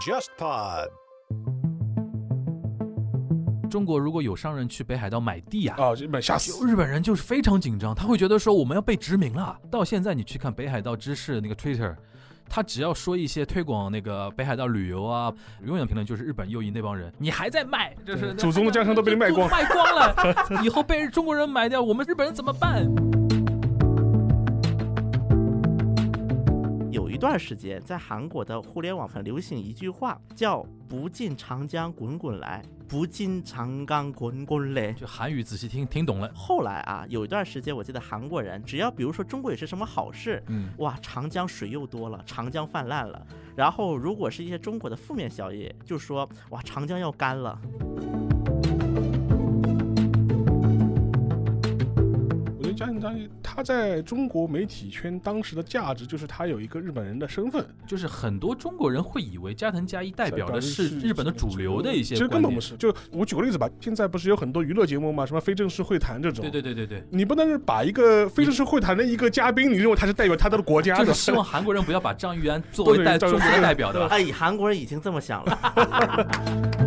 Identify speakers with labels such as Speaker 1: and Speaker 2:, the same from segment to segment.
Speaker 1: JustPod。
Speaker 2: 中国如果有商人去北海道买地呀、
Speaker 3: 啊，日本吓
Speaker 2: 就
Speaker 3: 死，
Speaker 2: 日本人就是非常紧张，他会觉得说我们要被殖民了。到现在你去看北海道知识的那个 Twitter，他只要说一些推广那个北海道旅游啊，永远评论就是日本右翼那帮人，你还在卖，就是
Speaker 3: 祖宗的江山都被你卖光
Speaker 2: 卖光了，以后被中国人买掉，我们日本人怎么办？
Speaker 4: 有一段时间，在韩国的互联网很流行一句话，叫“不进长江滚滚来，不进长江滚滚来”。
Speaker 2: 就韩语仔细听听懂了，
Speaker 4: 后来啊，有一段时间，我记得韩国人只要比如说中国有些什么好事，
Speaker 2: 嗯，
Speaker 4: 哇，长江水又多了，长江泛滥了。然后如果是一些中国的负面消息，就说哇，长江要 干了。
Speaker 3: 我觉得加藤章他在中国媒体圈当时的价值就是他有一个日本人的身份，
Speaker 2: 就是很多中国人会以为加藤加一代表的
Speaker 3: 是
Speaker 2: 是日本的主流的一些
Speaker 3: 其实
Speaker 2: 观
Speaker 3: 根本
Speaker 2: 点
Speaker 3: 不，是。就我举个例子吧，现在不是有很多娱乐节目嘛，什么非正式会谈这种，
Speaker 2: 对对对对对。
Speaker 3: 你不能是把一个非正式会谈的一个嘉宾，你认为他是代表他的国家
Speaker 2: 就
Speaker 3: 的，
Speaker 2: 是希望韩国人不要把张玉 安作为代
Speaker 3: 对
Speaker 2: 中
Speaker 3: 对对
Speaker 2: 国的代表，对吧？
Speaker 4: 哎，韩国人已经这么 想了。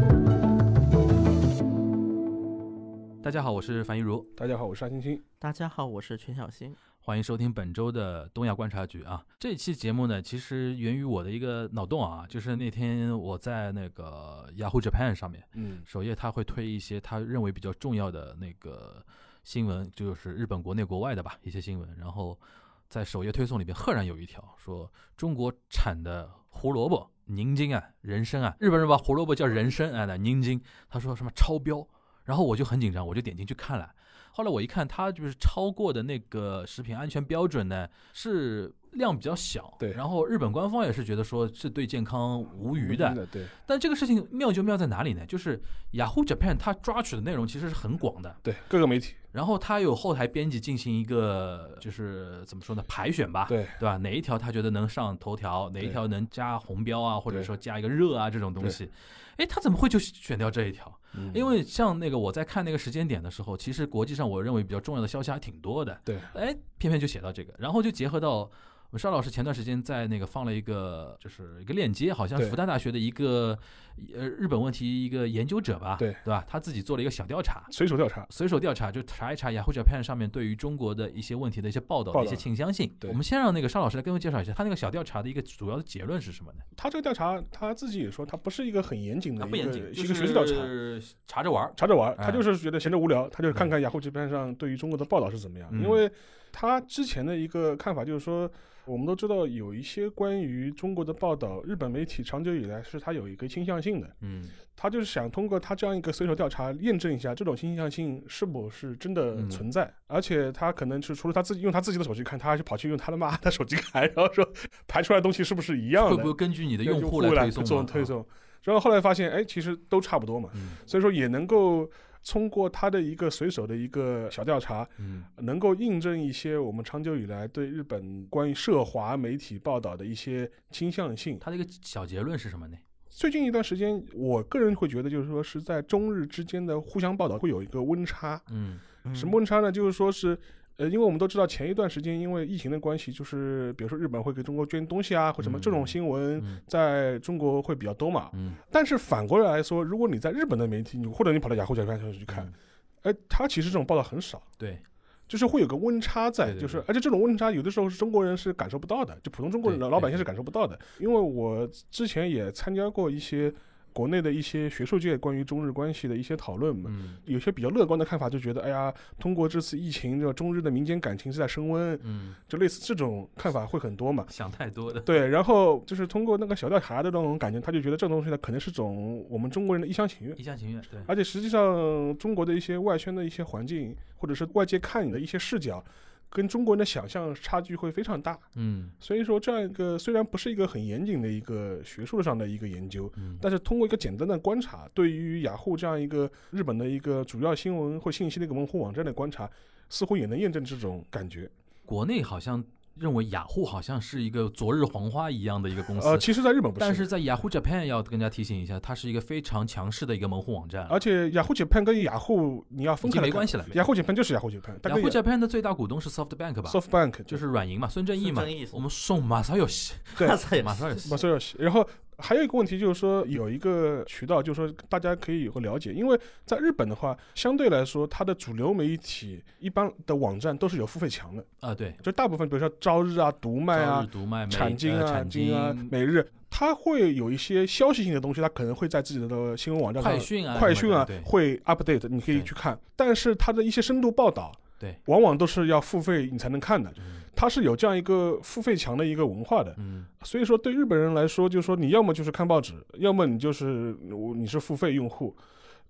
Speaker 2: 大家好，我是樊一茹，
Speaker 3: 大家好，我是沙欣欣。
Speaker 4: 大家好，我是全小新。
Speaker 2: 欢迎收听本周的东亚观察局啊。这期节目呢，其实源于我的一个脑洞啊，就是那天我在那个 Yahoo Japan 上面
Speaker 3: 嗯，
Speaker 2: 首页，他会推一些他认为比较重要的那个新闻，就是日本国内国外的吧一些新闻，然后在首页推送里面赫然有一条说中国产的胡萝卜。宁津啊，人参啊，日本人把胡萝卜叫人参啊，那宁津，他说什么超标，然后我就很紧张，我就点进去看了。后来我一看，它就是超过的那个食品安全标准呢，是量比较小。
Speaker 3: 对
Speaker 2: 然后日本官方也是觉得说是对健康无虞的。
Speaker 3: 对
Speaker 2: 但这个事情妙就妙在哪里呢？就是 Yahoo Japan 它抓取的内容其实是很广的，
Speaker 3: 对，各个媒体，
Speaker 2: 然后它有后台编辑进行一个就是怎么说呢排选吧，
Speaker 3: 对
Speaker 2: 对吧？哪一条他觉得能上头条，哪一条能加红标啊，或者说加一个热啊这种东西，哎，他怎么会就选掉这一条？
Speaker 3: 嗯
Speaker 2: 因为像那个我在看那个时间点的时候，其实国际上我认为比较重要的消息还挺多的，
Speaker 3: 对，
Speaker 2: 哎，偏偏就写到这个，然后就结合到。我们邵老师前段时间在那个放了一个，就是一个链接，好像是
Speaker 3: 对
Speaker 2: 复旦大学的一个呃日本问题一个研究者吧，
Speaker 3: 对
Speaker 2: 对吧？他自己做了一个小调查，
Speaker 3: 随手调查，
Speaker 2: 随手调查，就查一查 Yahoo Japan 上面对于中国的一些问题的一些报道、
Speaker 3: 报道
Speaker 2: 一些倾向性。
Speaker 3: 对
Speaker 2: 我们先让那个邵老师来跟我们介绍一下，他那个小调查的一个主要的结论是什么呢？
Speaker 3: 他这个调查他自己也说，他不是一个很严谨的
Speaker 2: 啊，
Speaker 3: 一
Speaker 2: 不
Speaker 3: 个
Speaker 2: 严谨，就
Speaker 3: 一个学术调查，
Speaker 2: 是查着玩儿。
Speaker 3: 查着玩儿，
Speaker 2: 哎
Speaker 3: 他就是觉得闲着无聊，他就看
Speaker 2: 嗯
Speaker 3: 看雅虎这边上对于中国的报道是怎么样。
Speaker 2: 嗯
Speaker 3: 因为他之前的一个看法就是说，我们都知道有一些关于中国的报道，日本媒体长久以来是他有一个倾向性的，
Speaker 2: 嗯，
Speaker 3: 他就是想通过他这样一个随手调查验证一下这种倾向性是否是真的
Speaker 2: 嗯
Speaker 3: 存在，而且他可能是除了他自己用他自己的手机看，他还是跑去用他的妈的手机看，然后说排出来的东西是不是一样的，
Speaker 2: 会不会根据你的
Speaker 3: 用
Speaker 2: 用户来推送啊
Speaker 3: 送
Speaker 2: 嘛？
Speaker 3: 推送。然后后来发现，哎，其实都差不多嘛，
Speaker 2: 嗯
Speaker 3: 所以说也能够通过他的一个随手的一个小调查，
Speaker 2: 嗯，
Speaker 3: 能够印证一些我们长久以来对日本关于涉华媒体报道的一些倾向性。
Speaker 2: 他的一个小结论是什么呢？
Speaker 3: 最近一段时间，我个人会觉得，就是说是在中日之间的互相报道会有一个温差。
Speaker 2: 嗯
Speaker 4: 嗯
Speaker 3: 什么温差呢？就是说是。呃，因为我们都知道，前一段时间因为疫情的关系，就是比如说日本会给中国捐东西啊，或什么
Speaker 2: 嗯
Speaker 3: 这种新闻
Speaker 2: 嗯，
Speaker 3: 在中国会比较多嘛。
Speaker 2: 嗯，
Speaker 3: 但是反过来说，如果你在日本的媒体，你或者你跑到雅虎小看上去看，
Speaker 2: 嗯
Speaker 3: 哎，它其实这种报道很少，
Speaker 2: 对，
Speaker 3: 就是会有个温差在，
Speaker 2: 对对
Speaker 3: 就是
Speaker 2: 对
Speaker 3: 而且这种温差有的时候是中国人是感受不到的，就普通中国人
Speaker 2: 对
Speaker 3: 老百姓是感受不到的。因为我之前也参加过一些国内的一些学术界关于中日关系的一些讨论嘛。
Speaker 2: 嗯
Speaker 3: 有些比较乐观的看法，就觉得哎呀，通过这次疫情，这个中日的民间感情是在升温，
Speaker 2: 嗯，
Speaker 3: 就类似这种看法会很多嘛。
Speaker 2: 想太多的。
Speaker 3: 对，然后就是通过那个小调查的那种感觉，他就觉得这种东西呢，可能是种我们中国人的一厢情愿。
Speaker 2: 一厢情愿，对，
Speaker 3: 而且实际上，中国的一些外宣的一些环境，或者是外界看你的一些视角，跟中国人的想象差距会非常大。
Speaker 2: 嗯
Speaker 3: 所以说，这样一个虽然不是一个很严谨的一个学术上的一个研究，
Speaker 2: 嗯，
Speaker 3: 但是通过一个简单的观察，对于雅虎这样一个日本的一个主要新闻或信息的一个门户网站的观察，似乎也能验证这种感觉。
Speaker 2: 国内好像认为雅虎好像是一个昨日黄花一样的一个公司，
Speaker 3: 呃，其实在日本
Speaker 2: 嗯
Speaker 3: 不
Speaker 2: 但是在雅虎 Japan 要跟大家提醒一下，它是一个非常强势的一个门户网站。啊
Speaker 3: 而且雅虎 Japan 跟雅虎你要
Speaker 2: 已
Speaker 3: 分开
Speaker 2: 经
Speaker 3: 来
Speaker 2: 没
Speaker 3: 看
Speaker 2: 关系了
Speaker 3: 雅虎 Japan 就是雅虎 Japan，它
Speaker 2: 雅
Speaker 3: 跟
Speaker 2: 虎 Japan 的最大股东是 SoftBank 吧？
Speaker 3: SoftBank
Speaker 2: 就是软银嘛，孙正义嘛
Speaker 4: 孙正义。
Speaker 2: 我们送马萨有西，
Speaker 3: 对
Speaker 4: 那才有
Speaker 2: 马萨有西
Speaker 3: 马。塞尔西。然后还有一个问题就是说，有一个渠道，就是说大家可以有个了解，因为在日本的话，相对来说，它的主流媒体一般的网站都是有付费墙的，
Speaker 2: 啊，对，
Speaker 3: 就大部分，比如说朝日啊、读卖
Speaker 2: 朝
Speaker 3: 啊
Speaker 2: 日、读卖、美
Speaker 3: 产经
Speaker 2: 呃
Speaker 3: 啊、
Speaker 2: 产
Speaker 3: 经啊、每日，它会有一些消息性的东西，它可能会在自己的新闻网站上
Speaker 2: 快讯啊，
Speaker 3: 快讯啊
Speaker 2: 对，
Speaker 3: 会 update，你可以
Speaker 2: 对
Speaker 3: 去看。但是它的一些深度报道，
Speaker 2: 对，
Speaker 3: 往往都是要付费你才能看的。它是有这样一个付费墙的一个文化的，
Speaker 2: 嗯，
Speaker 3: 所以说对日本人来说，就是说你要么就是看报纸，要么你就是我你是付费用户。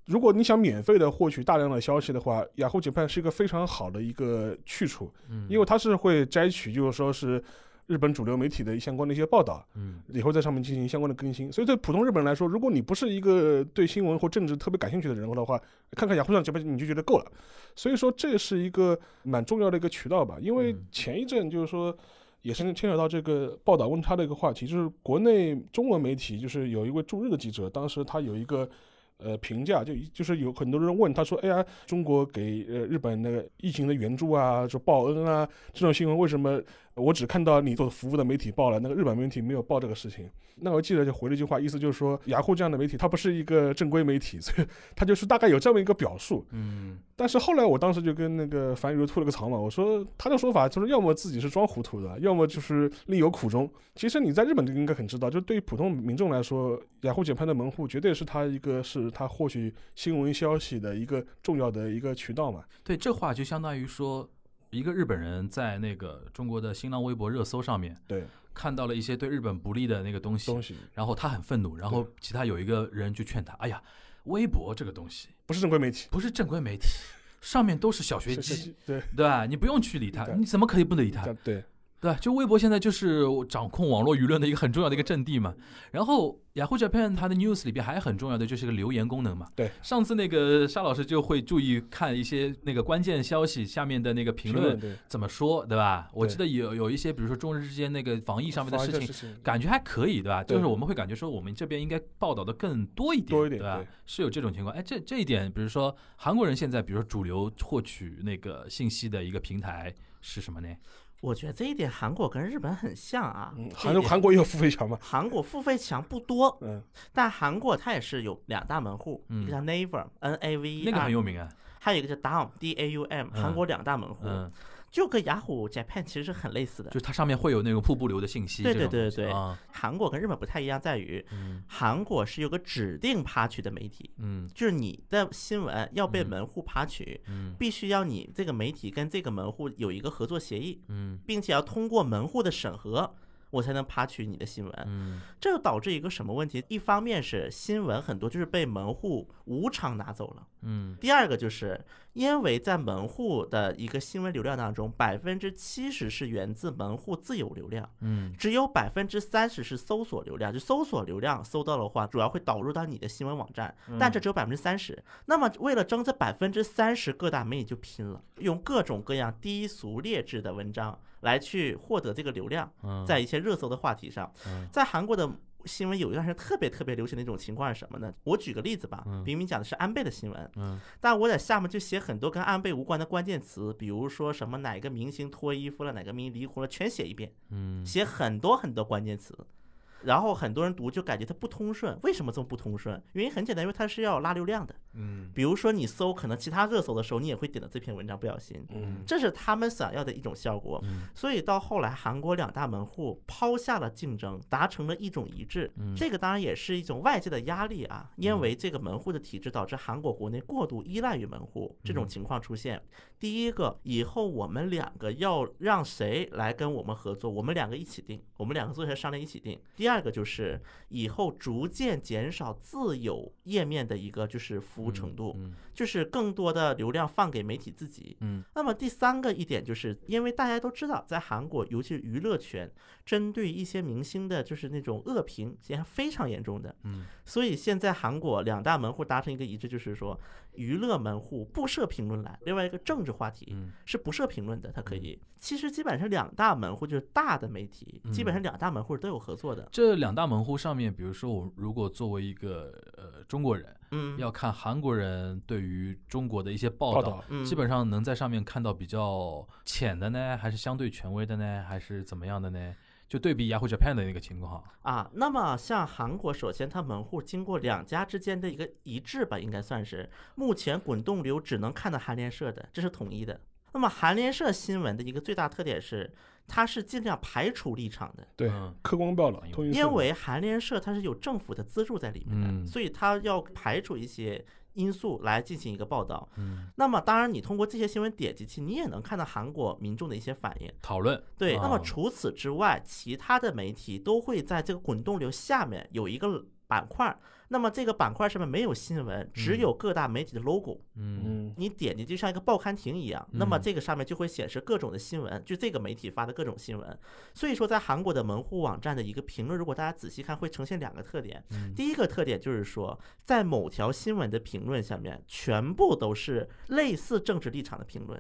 Speaker 3: 如果你想免费的获取大量的消息的话，雅虎 Japan 是一个非常好的一个去处，
Speaker 2: 嗯
Speaker 3: 因为它是会摘取，就是说是日本主流媒体的相关的一些报道，
Speaker 2: 嗯
Speaker 3: 以后在上面进行相关的更新。所以对普通日本人来说，如果你不是一个对新闻或政治特别感兴趣的人的话，看看雅虎上这边你就觉得够了。所以说这是一个蛮重要的一个渠道吧，因为
Speaker 2: 嗯
Speaker 3: 前一阵就是说。也是牵扯到这个报道温差的一个话题，就是国内中文媒体，就是有一位驻日的记者，当时他有一个呃评价，就就是有很多人问他说：“哎呀，中国给呃日本的疫情的援助啊，说报恩啊，这种新闻为什么我只看到你所服务的媒体报了，那个日本媒体没有报这个事情。那我记得就回了一句话，意思就是说，雅虎这样的媒体它不是一个正规媒体， 所以它就是大概有这么一个表述。
Speaker 2: 嗯，但
Speaker 3: 但是后来我当时就跟那个樊宇吐了个槽嘛，我说他的说法就是要么自己是装糊涂的，要么就是另有苦衷。其实你在日本就应该很知道，就对于普通民众来说，雅虎简拍的门户绝对是他一个是他获取新闻消息的一个重要的一个渠道嘛。
Speaker 2: 对这话就相当于说，一个日本人在那个中国的新浪微博热搜上面
Speaker 3: 对，
Speaker 2: 看到了一些对日本不利的那个东西
Speaker 3: 东，西
Speaker 2: 然后他很愤怒，然后其他有一个人就劝他，哎呀，微博这个东西
Speaker 3: 不是正规媒体，
Speaker 2: 不是正规媒 体，上面都是小学
Speaker 3: 是
Speaker 2: 鸡，
Speaker 3: 是对
Speaker 2: 对吧？你不用去理他，
Speaker 3: 对
Speaker 2: 你怎么可以不理他？
Speaker 3: 对
Speaker 2: 对吧？就微博现在就是掌控网络舆论的一个很重要的一个阵地嘛。然后雅虎 Japan 它的 news 里边还很重要的就是个留言功能嘛。
Speaker 3: 对，
Speaker 2: 上次那个沙老师就会注意看一些那个关键消息下面的那个评论
Speaker 3: 对
Speaker 2: 怎么说，对吧？我
Speaker 3: 对
Speaker 2: 记得有有一些，比如说中日之间那个防疫上面的
Speaker 3: 发
Speaker 2: 事
Speaker 3: 生
Speaker 2: 情。
Speaker 3: 情
Speaker 2: 感觉还可以，对吧？
Speaker 3: 对
Speaker 2: 就是我们会感觉说，我们这边应该报道的更多一点，
Speaker 3: 多一点
Speaker 2: 对吧？
Speaker 3: 对
Speaker 2: 是有这种情况。哎，这这一点，比如说韩国人现在，比如说主流获取那个信息的一个平台是什么呢？
Speaker 4: 我觉得这一点韩国跟日本很像啊。
Speaker 3: 嗯，
Speaker 4: 这一
Speaker 3: 韩
Speaker 4: 点
Speaker 3: 韩国也有付费墙嘛，
Speaker 4: 韩国付费墙不多，
Speaker 3: 嗯，
Speaker 4: 但韩国它也是有两大门户，
Speaker 2: 嗯
Speaker 4: 一个叫 Naver N A V E，
Speaker 2: 那个很有名啊，
Speaker 4: 还有一个叫 Daum D A U M，
Speaker 2: 嗯
Speaker 4: 韩国两大门户，
Speaker 2: 嗯，
Speaker 4: 就跟雅虎 Japan 其实是很类似的
Speaker 2: 就。是它上面会有那种瀑布流的信息，
Speaker 4: 对
Speaker 2: 这种
Speaker 4: 对对
Speaker 2: 东西
Speaker 4: 对
Speaker 2: 啊，
Speaker 4: 韩国跟日本不太一样，在于
Speaker 2: 嗯
Speaker 4: 韩国是有个指定爬取的媒体，
Speaker 2: 嗯
Speaker 4: 就是你的新闻要被
Speaker 2: 嗯
Speaker 4: 门户爬取，
Speaker 2: 嗯
Speaker 4: 必须要你这个媒体跟这个门户有一个合作协议，
Speaker 2: 嗯
Speaker 4: 并且要通过门户的审核，我才能爬取你的新闻。
Speaker 2: 嗯
Speaker 4: 这就导致一个什么问题？一方面是新闻很多就是被门户无偿拿走了，
Speaker 2: 嗯
Speaker 4: 第二个就是因为在门户的一个新闻流量当中，百分之七十是源自门户自有流量。
Speaker 2: 嗯
Speaker 4: 只有百分之三十是搜索流量，就搜索流量搜到的话，主要会导入到你的新闻网站，
Speaker 2: 嗯
Speaker 4: 但这只有百分之三十。那么为了争这百分之三十，各大媒体就拼了，用各种各样低俗劣质的文章来去获得这个流量，
Speaker 2: 嗯，
Speaker 4: 在一些热搜的话题上
Speaker 2: 嗯，
Speaker 4: 在韩国的。新闻有一段时间特别特别流行的一种情况是什么呢？我举个例子吧
Speaker 2: 嗯，
Speaker 4: 明明讲的是安倍的新闻，
Speaker 2: 嗯
Speaker 4: 但我在下面就写很多跟安倍无关的关键词，比如说什么哪个明星脱衣服了，哪个明星离婚了，全写一遍。
Speaker 2: 嗯
Speaker 4: 写很多很多关键词，然后很多人读就感觉它不通顺。为什么这么不通顺？原因很简单，因为它是要拉流量的。
Speaker 2: 嗯
Speaker 4: 比如说你搜可能其他热搜的时候，你也会点到这篇文章，不小心。
Speaker 3: 嗯
Speaker 4: 这是他们想要的一种效果，
Speaker 2: 嗯
Speaker 4: 所以到后来，韩国两大门户抛下了竞争，达成了一种一致。
Speaker 2: 嗯
Speaker 4: 这个当然也是一种外界的压力啊，因为这个门户的体制导致韩国国内过度依赖于门户，这
Speaker 2: 嗯
Speaker 4: 种情况出现。第一个，以后我们两个要让谁来跟我们合作，我们两个一起定，我们两个坐下商量一起定。第二个就是以后逐渐减少自有页面的一个就是服服务程度，
Speaker 2: 嗯
Speaker 4: 就是更多的流量放给媒体自己。
Speaker 2: 嗯
Speaker 4: 那么第三个一点，就是因为大家都知道，在韩国，尤其是娱乐圈，针对一些明星的，就是那种恶评，现在非常严重的。
Speaker 2: 嗯，
Speaker 4: 所以现在韩国两大门户达成一个一致，就是说，娱乐门户不设评论栏，另外一个政治话题
Speaker 2: 嗯
Speaker 4: 是不设评论的，它可以。其实基本上两大门户就是大的媒体，基
Speaker 2: 嗯
Speaker 4: 本上两大门户都有合作的。
Speaker 2: 这两大门户上面，比如说我如果作为一个呃中国人，
Speaker 4: 嗯，
Speaker 2: 要看韩国人对于中国的一些报
Speaker 3: 报
Speaker 2: 道，
Speaker 3: 道，
Speaker 4: 嗯
Speaker 2: 基本上能在上面看到比较浅的呢，还是相对权威的呢，还是怎么样的呢？就对比 Yahoo Japan 的那个情况，
Speaker 4: 啊，那么像韩国，首先它门户经过两家之间的一个一致吧，应该算是目前滚动流只能看到韩联社的，这是统一的。那么韩联社新闻的一个最大特点是，它是尽量排除立场的，
Speaker 3: 对，
Speaker 2: 嗯
Speaker 3: 客观报了，通讯社
Speaker 4: 因为韩联社它是有政府的资助在里面的，
Speaker 2: 嗯
Speaker 4: 所以它要排除一些因素来进行一个报道。
Speaker 2: 嗯，
Speaker 4: 那么当然，你通过这些新闻点进去，你也能看到韩国民众的一些反应。
Speaker 2: 讨论
Speaker 4: 对，那么
Speaker 2: 啊
Speaker 4: 除此之外，其他的媒体都会在这个滚动流下面有一个板块，那么这个板块上面没有新闻，只有各大媒体的 logo。
Speaker 2: 嗯
Speaker 3: 嗯，
Speaker 4: 你点进去就像一个报刊亭一样，那么
Speaker 2: 嗯
Speaker 4: 这个上面就会显示各种的新闻，就这个媒体发的各种新闻。所以说，在韩国的门户网站的一个评论，如果大家仔细看，会呈现两个特点。
Speaker 2: 嗯
Speaker 4: 第一个特点就是说，在某条新闻的评论下面，全部都是类似政治立场的评论。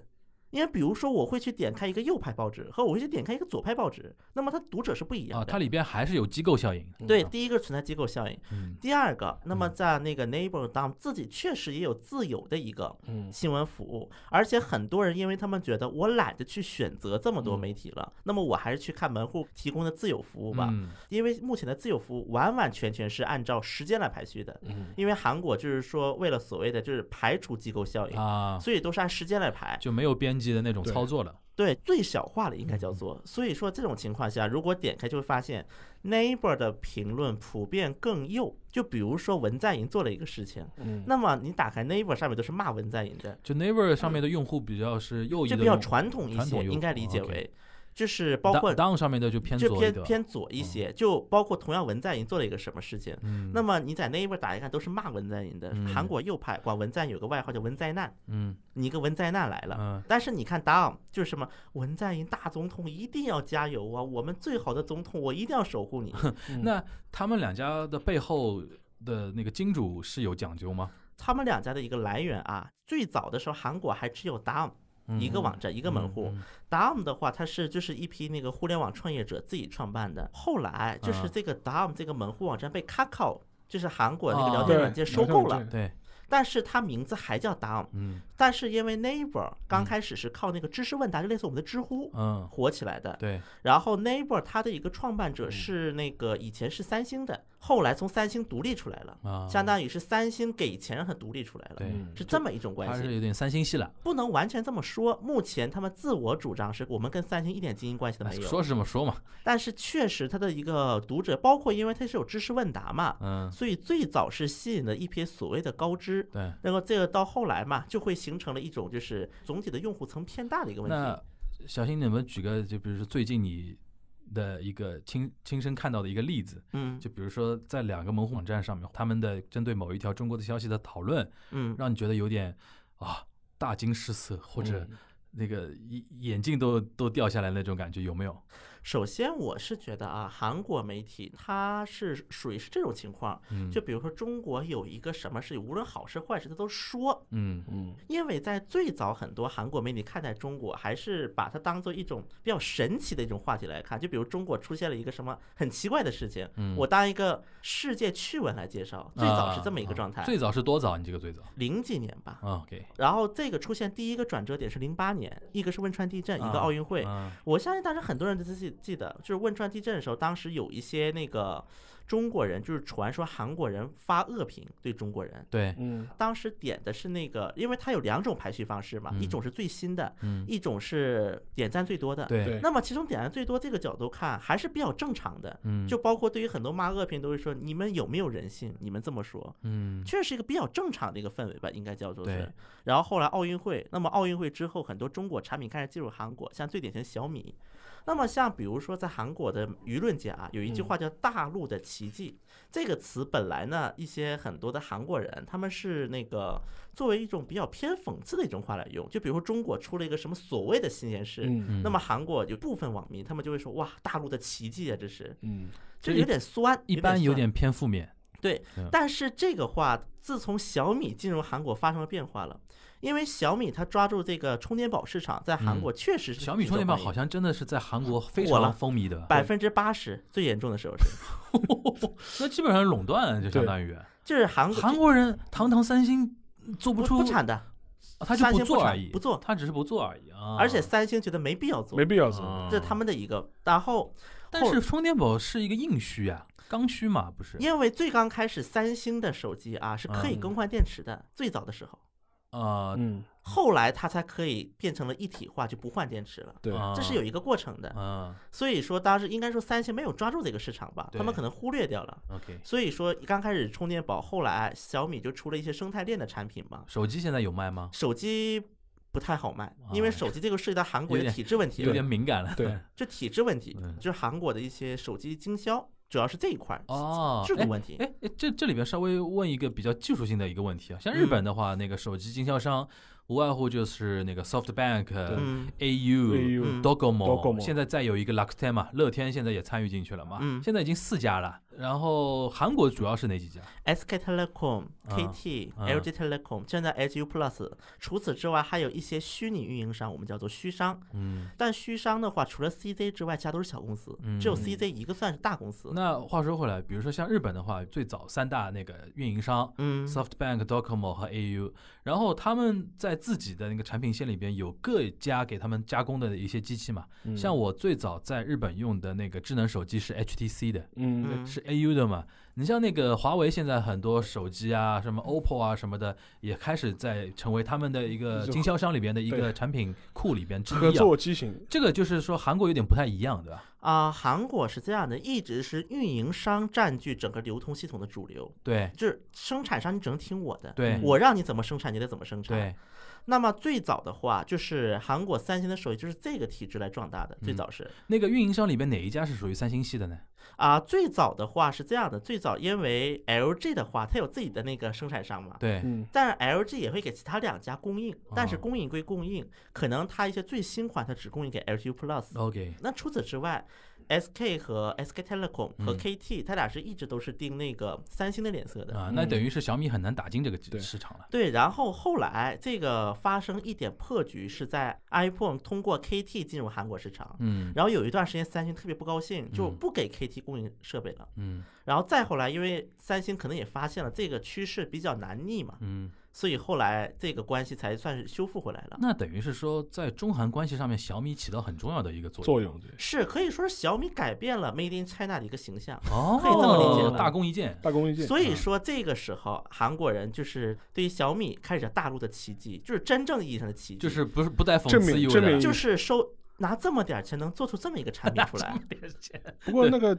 Speaker 4: 因为比如说，我会去点开一个右派报纸和我会去点开一个左派报纸，那么它读者是不一样
Speaker 2: 啊，
Speaker 4: 的。
Speaker 2: 它里嗯边还是有机构效应的，
Speaker 4: 嗯
Speaker 2: 啊
Speaker 4: 对，第一个存在机构效应，
Speaker 2: 嗯
Speaker 4: 第二个，那么在那个 Neighbor 当自己确实也有自有的一个
Speaker 3: 嗯
Speaker 4: 新闻服务，而且很多人因为他们觉得我懒得去选择这么
Speaker 2: 嗯
Speaker 4: 多媒体了，那么我还是去看门户提供的自有服务吧。
Speaker 2: 嗯
Speaker 4: 因为目前的自有服务完完全全是按照时间来排序的，
Speaker 3: 嗯
Speaker 4: 因为韩国就是说为了所谓的就是排除机构效应，
Speaker 2: 啊，
Speaker 4: 所以都是按时间来排，
Speaker 2: 就没有编辑的那种
Speaker 3: 对
Speaker 2: 操作了，
Speaker 4: 对，最小化了应该叫
Speaker 2: 嗯
Speaker 4: 做。所以说这种情况下，如果点开就会发现 Neighbor 的评论普遍更右，就比如说文在寅做了一个事情，
Speaker 3: 嗯，
Speaker 4: 那么你打开 Neighbor 上面都是骂文在寅的，
Speaker 2: 就 Naver 上面的用户比较是右翼
Speaker 4: 就
Speaker 2: 的
Speaker 4: 比
Speaker 2: 用户，
Speaker 4: 较传统一
Speaker 2: 传
Speaker 4: 些，
Speaker 2: 统右
Speaker 4: 应该
Speaker 2: 派
Speaker 4: 理解
Speaker 2: ，OK
Speaker 4: 为就是包括
Speaker 2: Down 上面的就偏
Speaker 4: 就
Speaker 2: 左一
Speaker 4: 偏
Speaker 2: 点，
Speaker 4: 偏左一些，就包括同样文在寅做了一个什么事情。
Speaker 2: 嗯
Speaker 4: 那么你在 Neighbor 打一看，都是骂文在寅的。
Speaker 2: 嗯
Speaker 4: 韩国右派管文在寅有个外号叫文灾难，
Speaker 2: 嗯
Speaker 4: 你一个文灾难来了。
Speaker 2: 嗯
Speaker 4: 但是你看 Down 就是什么文在寅大总统一定要加油啊！我们最好的总统，我一定要守护你。
Speaker 2: 那他们两家的背后的那个金主是有讲究吗？
Speaker 4: 他们两家的一个来源啊，最早的时候韩国还只有 Down 一个网站一个门户
Speaker 2: 嗯嗯嗯
Speaker 4: ，Down 的话它是就是一批那个互联网创业者自己创办的，后来就是
Speaker 2: 啊
Speaker 4: 这个 Down 这个门户网站被 Kakao 就是韩国那个聊
Speaker 2: 啊
Speaker 4: 天
Speaker 3: 对
Speaker 4: 软件收购了，，
Speaker 2: 对，
Speaker 4: 但是它名字还叫 Down，
Speaker 2: 嗯
Speaker 4: 但是因为 Neighbor 刚开始是靠那个知识问答，就类似我们的知乎
Speaker 2: 嗯，
Speaker 4: 火起来的，
Speaker 2: 对，
Speaker 4: 然后 Neighbor 它的一个创办
Speaker 2: 嗯
Speaker 4: 者是那个以前是三星的，后来从三星独立出来了，
Speaker 2: 啊，
Speaker 4: 相当于是三星给钱让它独立出来了，
Speaker 2: 对，
Speaker 3: 嗯
Speaker 4: 是这么一种关
Speaker 2: 他
Speaker 4: 系
Speaker 2: 是。有点三星系了。
Speaker 4: 不能完全这么说，目前他们自我主张是我们跟三星一点经营关系都没有，
Speaker 2: 哎说是这么说嘛，
Speaker 4: 但是确实它的一个读者，包括因为它是有知识问答嘛，
Speaker 2: 嗯，
Speaker 4: 所以最早是吸引了一批所谓的高知。
Speaker 2: 对。
Speaker 4: 那么这个到后来嘛，就会形成了一种就是总体的用户层偏大的一个问题
Speaker 2: 那。小新，你们举个就比如说最近你的一个亲亲身看到的一个例子，
Speaker 4: 嗯
Speaker 2: 就比如说在两个门户网站上面，他们的针对某一条中国的消息的讨论，
Speaker 4: 嗯，
Speaker 2: 让你觉得有点啊大惊失色，或者
Speaker 4: 嗯
Speaker 2: 那个眼眼镜都都掉下来那种感觉，有没有？
Speaker 4: 首先我是觉得啊，韩国媒体它是属于是这种情况，
Speaker 2: 嗯，
Speaker 4: 就比如说中国有一个什么事，无论好事坏事，它都说，
Speaker 2: 嗯
Speaker 3: 嗯
Speaker 4: 因为在最早很多韩国媒体看待中国，还是把它当做一种比较神奇的一种话题来看。就比如中国出现了一个什么很奇怪的事情，
Speaker 2: 嗯
Speaker 4: 我当一个世界趣闻来介绍。最早是这么一个状态，
Speaker 2: 啊最早是多早？你这个最早
Speaker 4: 零几年吧。
Speaker 2: 啊，OK，
Speaker 4: 然后这个出现第一个转折点是零八年，一个是汶川地震，一
Speaker 2: 啊
Speaker 4: 个奥运会。
Speaker 2: 啊
Speaker 4: 我相信当时很多人都记记得，就是汶川地震的时候，当时有一些那个中国人就是传说韩国人发恶评对中国人，
Speaker 2: 对，
Speaker 3: 嗯
Speaker 4: 当时点的是那个，因为它有两种排序方式嘛，
Speaker 2: 嗯
Speaker 4: 一种是最新的，
Speaker 2: 嗯，
Speaker 4: 一种是点赞最多的。
Speaker 2: 对，
Speaker 3: 对
Speaker 4: 那么其中点赞最多这个角度看，还是比较正常的。
Speaker 2: 嗯，
Speaker 4: 就包括对于很多骂恶评都会说，你们有没有人性？你们这么说，
Speaker 2: 嗯
Speaker 4: 确实是一个比较正常的一个氛围吧，应该叫做
Speaker 2: 对
Speaker 4: 是。然后后来奥运会，那么奥运会之后，很多中国产品开始进入韩国，像最典型小米。那么像比比如说在韩国的舆论界啊，有一句
Speaker 2: 嗯
Speaker 4: 话叫“大陆的奇迹”这个词，本来呢，一些很多的韩国人他们是那个作为一种比较偏讽刺的一种话来用，就比如说中国出了一个什么所谓的新鲜事，
Speaker 3: 嗯
Speaker 4: 那么韩国有部分网民他们就会说：“哇，大陆的奇迹啊，这是。”
Speaker 3: 嗯
Speaker 4: 这
Speaker 2: 所以
Speaker 4: 有点酸，
Speaker 2: 一般有
Speaker 4: 酸
Speaker 2: 点偏负面。
Speaker 4: 对
Speaker 2: 嗯，
Speaker 4: 但是这个话自从小米进入韩国发生了变化了，因为小米它抓住这个充电宝市场，在韩国确实
Speaker 2: 嗯
Speaker 4: 是
Speaker 2: 小米充电宝好像真的是在韩国非
Speaker 4: 火了
Speaker 2: 常风靡的，
Speaker 4: 百分之八十最严重的时候是，
Speaker 2: 那基本上垄断就相
Speaker 3: 对
Speaker 2: 当于
Speaker 4: 就是韩国
Speaker 2: 韩国人堂堂三星做
Speaker 4: 不
Speaker 2: 出
Speaker 4: 不，产的，
Speaker 2: 啊他就
Speaker 4: 三星
Speaker 2: 做
Speaker 4: 不
Speaker 2: 而
Speaker 4: 产
Speaker 2: 已，
Speaker 4: 不做
Speaker 2: 他只是不做而已啊。
Speaker 4: 而且三星觉得没必要做
Speaker 3: 没，必要做。
Speaker 2: 啊，
Speaker 4: 这是他们的一个。然后
Speaker 2: 但是充电宝是一个硬需啊，刚需嘛，不是？
Speaker 4: 因为最刚开始三星的手机啊是可以
Speaker 2: 嗯
Speaker 4: 更换电池的，最早的时候，
Speaker 2: 啊，
Speaker 3: 嗯，
Speaker 4: 后来它才可以变成了一体化，就不换电池了。
Speaker 3: 对，
Speaker 2: 啊
Speaker 4: 这是有一个过程的，
Speaker 2: 啊
Speaker 4: 所以说当时应该说三星没有抓住这个市场吧，他们
Speaker 2: 对
Speaker 4: 可能忽略掉了。
Speaker 2: ，OK，
Speaker 4: 所以说刚开始充电宝，后来小米就出了一些生态链的产品嘛，
Speaker 2: 手机现在有卖吗？
Speaker 4: 手机不太好卖，因为
Speaker 2: 啊
Speaker 4: 手机这个涉及到韩国
Speaker 2: 有
Speaker 4: 的
Speaker 2: 点
Speaker 4: 体制问题
Speaker 2: 有
Speaker 4: 了，
Speaker 2: 点敏感了。
Speaker 3: 对
Speaker 4: 就体制问题
Speaker 2: 嗯，
Speaker 4: 就是韩国的一些手机经销，主要是这一块儿
Speaker 2: 哦，
Speaker 4: 制
Speaker 2: 哎
Speaker 4: 度问题。
Speaker 2: 哎，哎这这里边稍微问一个比较技术性的一个问题啊，像日本的话，那个手机经销商无外乎就是那个 SoftBank、
Speaker 4: 嗯
Speaker 2: AU、
Speaker 3: AU
Speaker 4: 嗯
Speaker 2: Docomo，
Speaker 3: Docomo
Speaker 2: 现在再有一个 Luxten 嘛，乐天现在也参与进去了嘛，
Speaker 4: 嗯
Speaker 2: 现在已经四家了。然后韩国主要是哪几家？
Speaker 4: ，SK Telecom、
Speaker 2: 啊
Speaker 4: KT、
Speaker 2: 啊
Speaker 4: LG Telecom，现在 HU Plus。除此之外，还有一些虚拟运营商，我们叫做虚商。
Speaker 2: 嗯，
Speaker 4: 但虚商的话，除了 CZ 之外，其他都是小公司，只有
Speaker 2: 嗯
Speaker 4: CZ 一个算是大公司。
Speaker 2: 那话说回来，比如说像日本的话，最早三大那个运营商，
Speaker 4: 嗯，
Speaker 2: SoftBank、Docomo 和 AU，然后他们在自己的那个产品线里边有各家给他们加工的一些机器嘛。
Speaker 3: 嗯
Speaker 2: 像我最早在日本用的那个智能手机是 HTC 的，
Speaker 3: 嗯
Speaker 4: 嗯
Speaker 2: 是 AU 的嘛。你像那个华为现在很多手机啊，什么 OPPO 啊什么的，也开始在成为他们的一个
Speaker 3: 就
Speaker 2: 经销商里边的一
Speaker 3: 对
Speaker 2: 个产品库里边之
Speaker 3: 合
Speaker 2: 一啊。
Speaker 3: 作机型，
Speaker 2: 这个就是说韩国有点不太一样，对吧？
Speaker 4: 啊、韩国是这样的，一直是运营商占据整个流通系统的主流，
Speaker 2: 对
Speaker 4: 就是生产商你只能听我的，
Speaker 2: 对
Speaker 4: 我让你怎么生产你得怎么生产。，
Speaker 2: 对，
Speaker 4: 那么最早的话，就是韩国三星的手机就是这个体制来壮大的，最
Speaker 2: 嗯
Speaker 4: 早是
Speaker 2: 那个运营商里边哪一家是属于三星系的呢？
Speaker 4: 啊、最早的话是这样的，最早因为 LG 的话，它有自己的那个生产商嘛。
Speaker 2: 对，
Speaker 3: 嗯
Speaker 4: 但是 LG 也会给其他两家供应，但是
Speaker 2: 哦
Speaker 4: 供应归供应，可能它一些最新款它只供应给 LG Plus，
Speaker 2: OK，
Speaker 4: 那除此之外，SK 和 SK Telecom 和
Speaker 2: 嗯
Speaker 4: KT，、它俩是一直都是盯那个三星的脸色的。
Speaker 2: 啊，那
Speaker 3: 嗯
Speaker 2: 等于是小米很难打进这个
Speaker 3: 对
Speaker 2: 市场了。
Speaker 4: 对，然后后来这个发生一点破局，是在 iPhone 通过 KT 进入韩国市场，
Speaker 2: 嗯
Speaker 4: 然后有一段时间三星特别不高兴，就
Speaker 2: 嗯
Speaker 4: 不给 KT 供应设备了。
Speaker 2: 嗯
Speaker 4: 然后再后来，因为三星可能也发现了这个趋势比较难逆嘛，
Speaker 2: 嗯，
Speaker 4: 所以后来这个关系才算是修复回来了。
Speaker 2: 那等于是说，在中韩关系上面，小米起到很重要的一个作用。
Speaker 3: 作用对，
Speaker 4: 是可以说是小米改变了 Made in China 的一个形象。
Speaker 2: 哦，
Speaker 4: 可以这么理解了
Speaker 2: 大功一件。
Speaker 3: 大功一件。
Speaker 4: 所以
Speaker 2: 嗯
Speaker 4: 说，这个时候韩国人就是对于小米开始大陆的奇迹，就是真正意义上的奇迹，
Speaker 2: 就是嗯不是不带讽
Speaker 3: 证
Speaker 2: 刺
Speaker 3: 明
Speaker 2: 意味
Speaker 3: 证
Speaker 2: 的。
Speaker 3: 明，
Speaker 4: 就是收拿这么点儿钱能做出这么一个产品出来
Speaker 2: 别钱
Speaker 3: 不过那个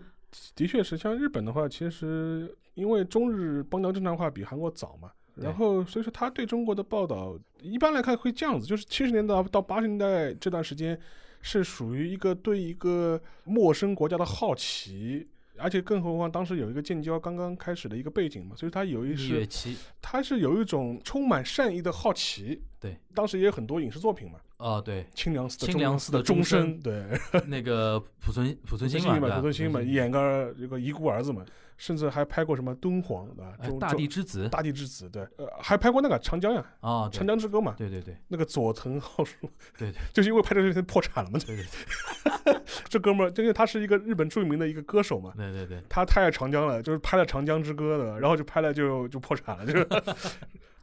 Speaker 3: 的确是，像日本的话，其实因为中日邦交正常化比韩国早嘛，
Speaker 2: 对
Speaker 3: 然后所以说他对中国的报道，一般来看会这样子，就是七十年代到八十年代这段时间，是属于一个对一个陌生国家的好奇。而且更何况当时有一个建交刚刚开始的一个背景嘛，所以他有一
Speaker 2: 蜜
Speaker 3: 是
Speaker 2: 月期，
Speaker 3: 他是有一种充满善意的好奇。
Speaker 2: 对，
Speaker 3: 当时也有很多影视作品嘛，
Speaker 2: 哦，
Speaker 3: ，
Speaker 2: 对
Speaker 3: 清凉寺的
Speaker 2: 清凉寺的
Speaker 3: 钟
Speaker 2: 钟
Speaker 3: 声，对，
Speaker 2: 那个濮存濮存昕
Speaker 3: 嘛，
Speaker 2: 对
Speaker 3: 濮
Speaker 2: 吧
Speaker 3: 存昕嘛，
Speaker 2: 濮
Speaker 3: 演个这个遗孤儿子嘛，甚至还拍过什么敦煌对吧？
Speaker 2: 哎
Speaker 3: 中
Speaker 2: 大
Speaker 3: 中
Speaker 2: 地之子
Speaker 3: 大地之子，对，呃，还拍过那个长江呀，
Speaker 2: 啊，
Speaker 3: 长
Speaker 2: 对
Speaker 3: 江之歌嘛，
Speaker 2: 对对对
Speaker 3: 那个佐藤浩树，
Speaker 2: 对对，
Speaker 3: 就是因为拍这个片破产了嘛，
Speaker 2: 对对
Speaker 3: 这哥们儿，就因为他是一个日本著名的一个歌手嘛。
Speaker 2: 对对对对，
Speaker 3: 他太爱长江了，就是拍了《长江之歌》的，然后就拍了就就破产了，就是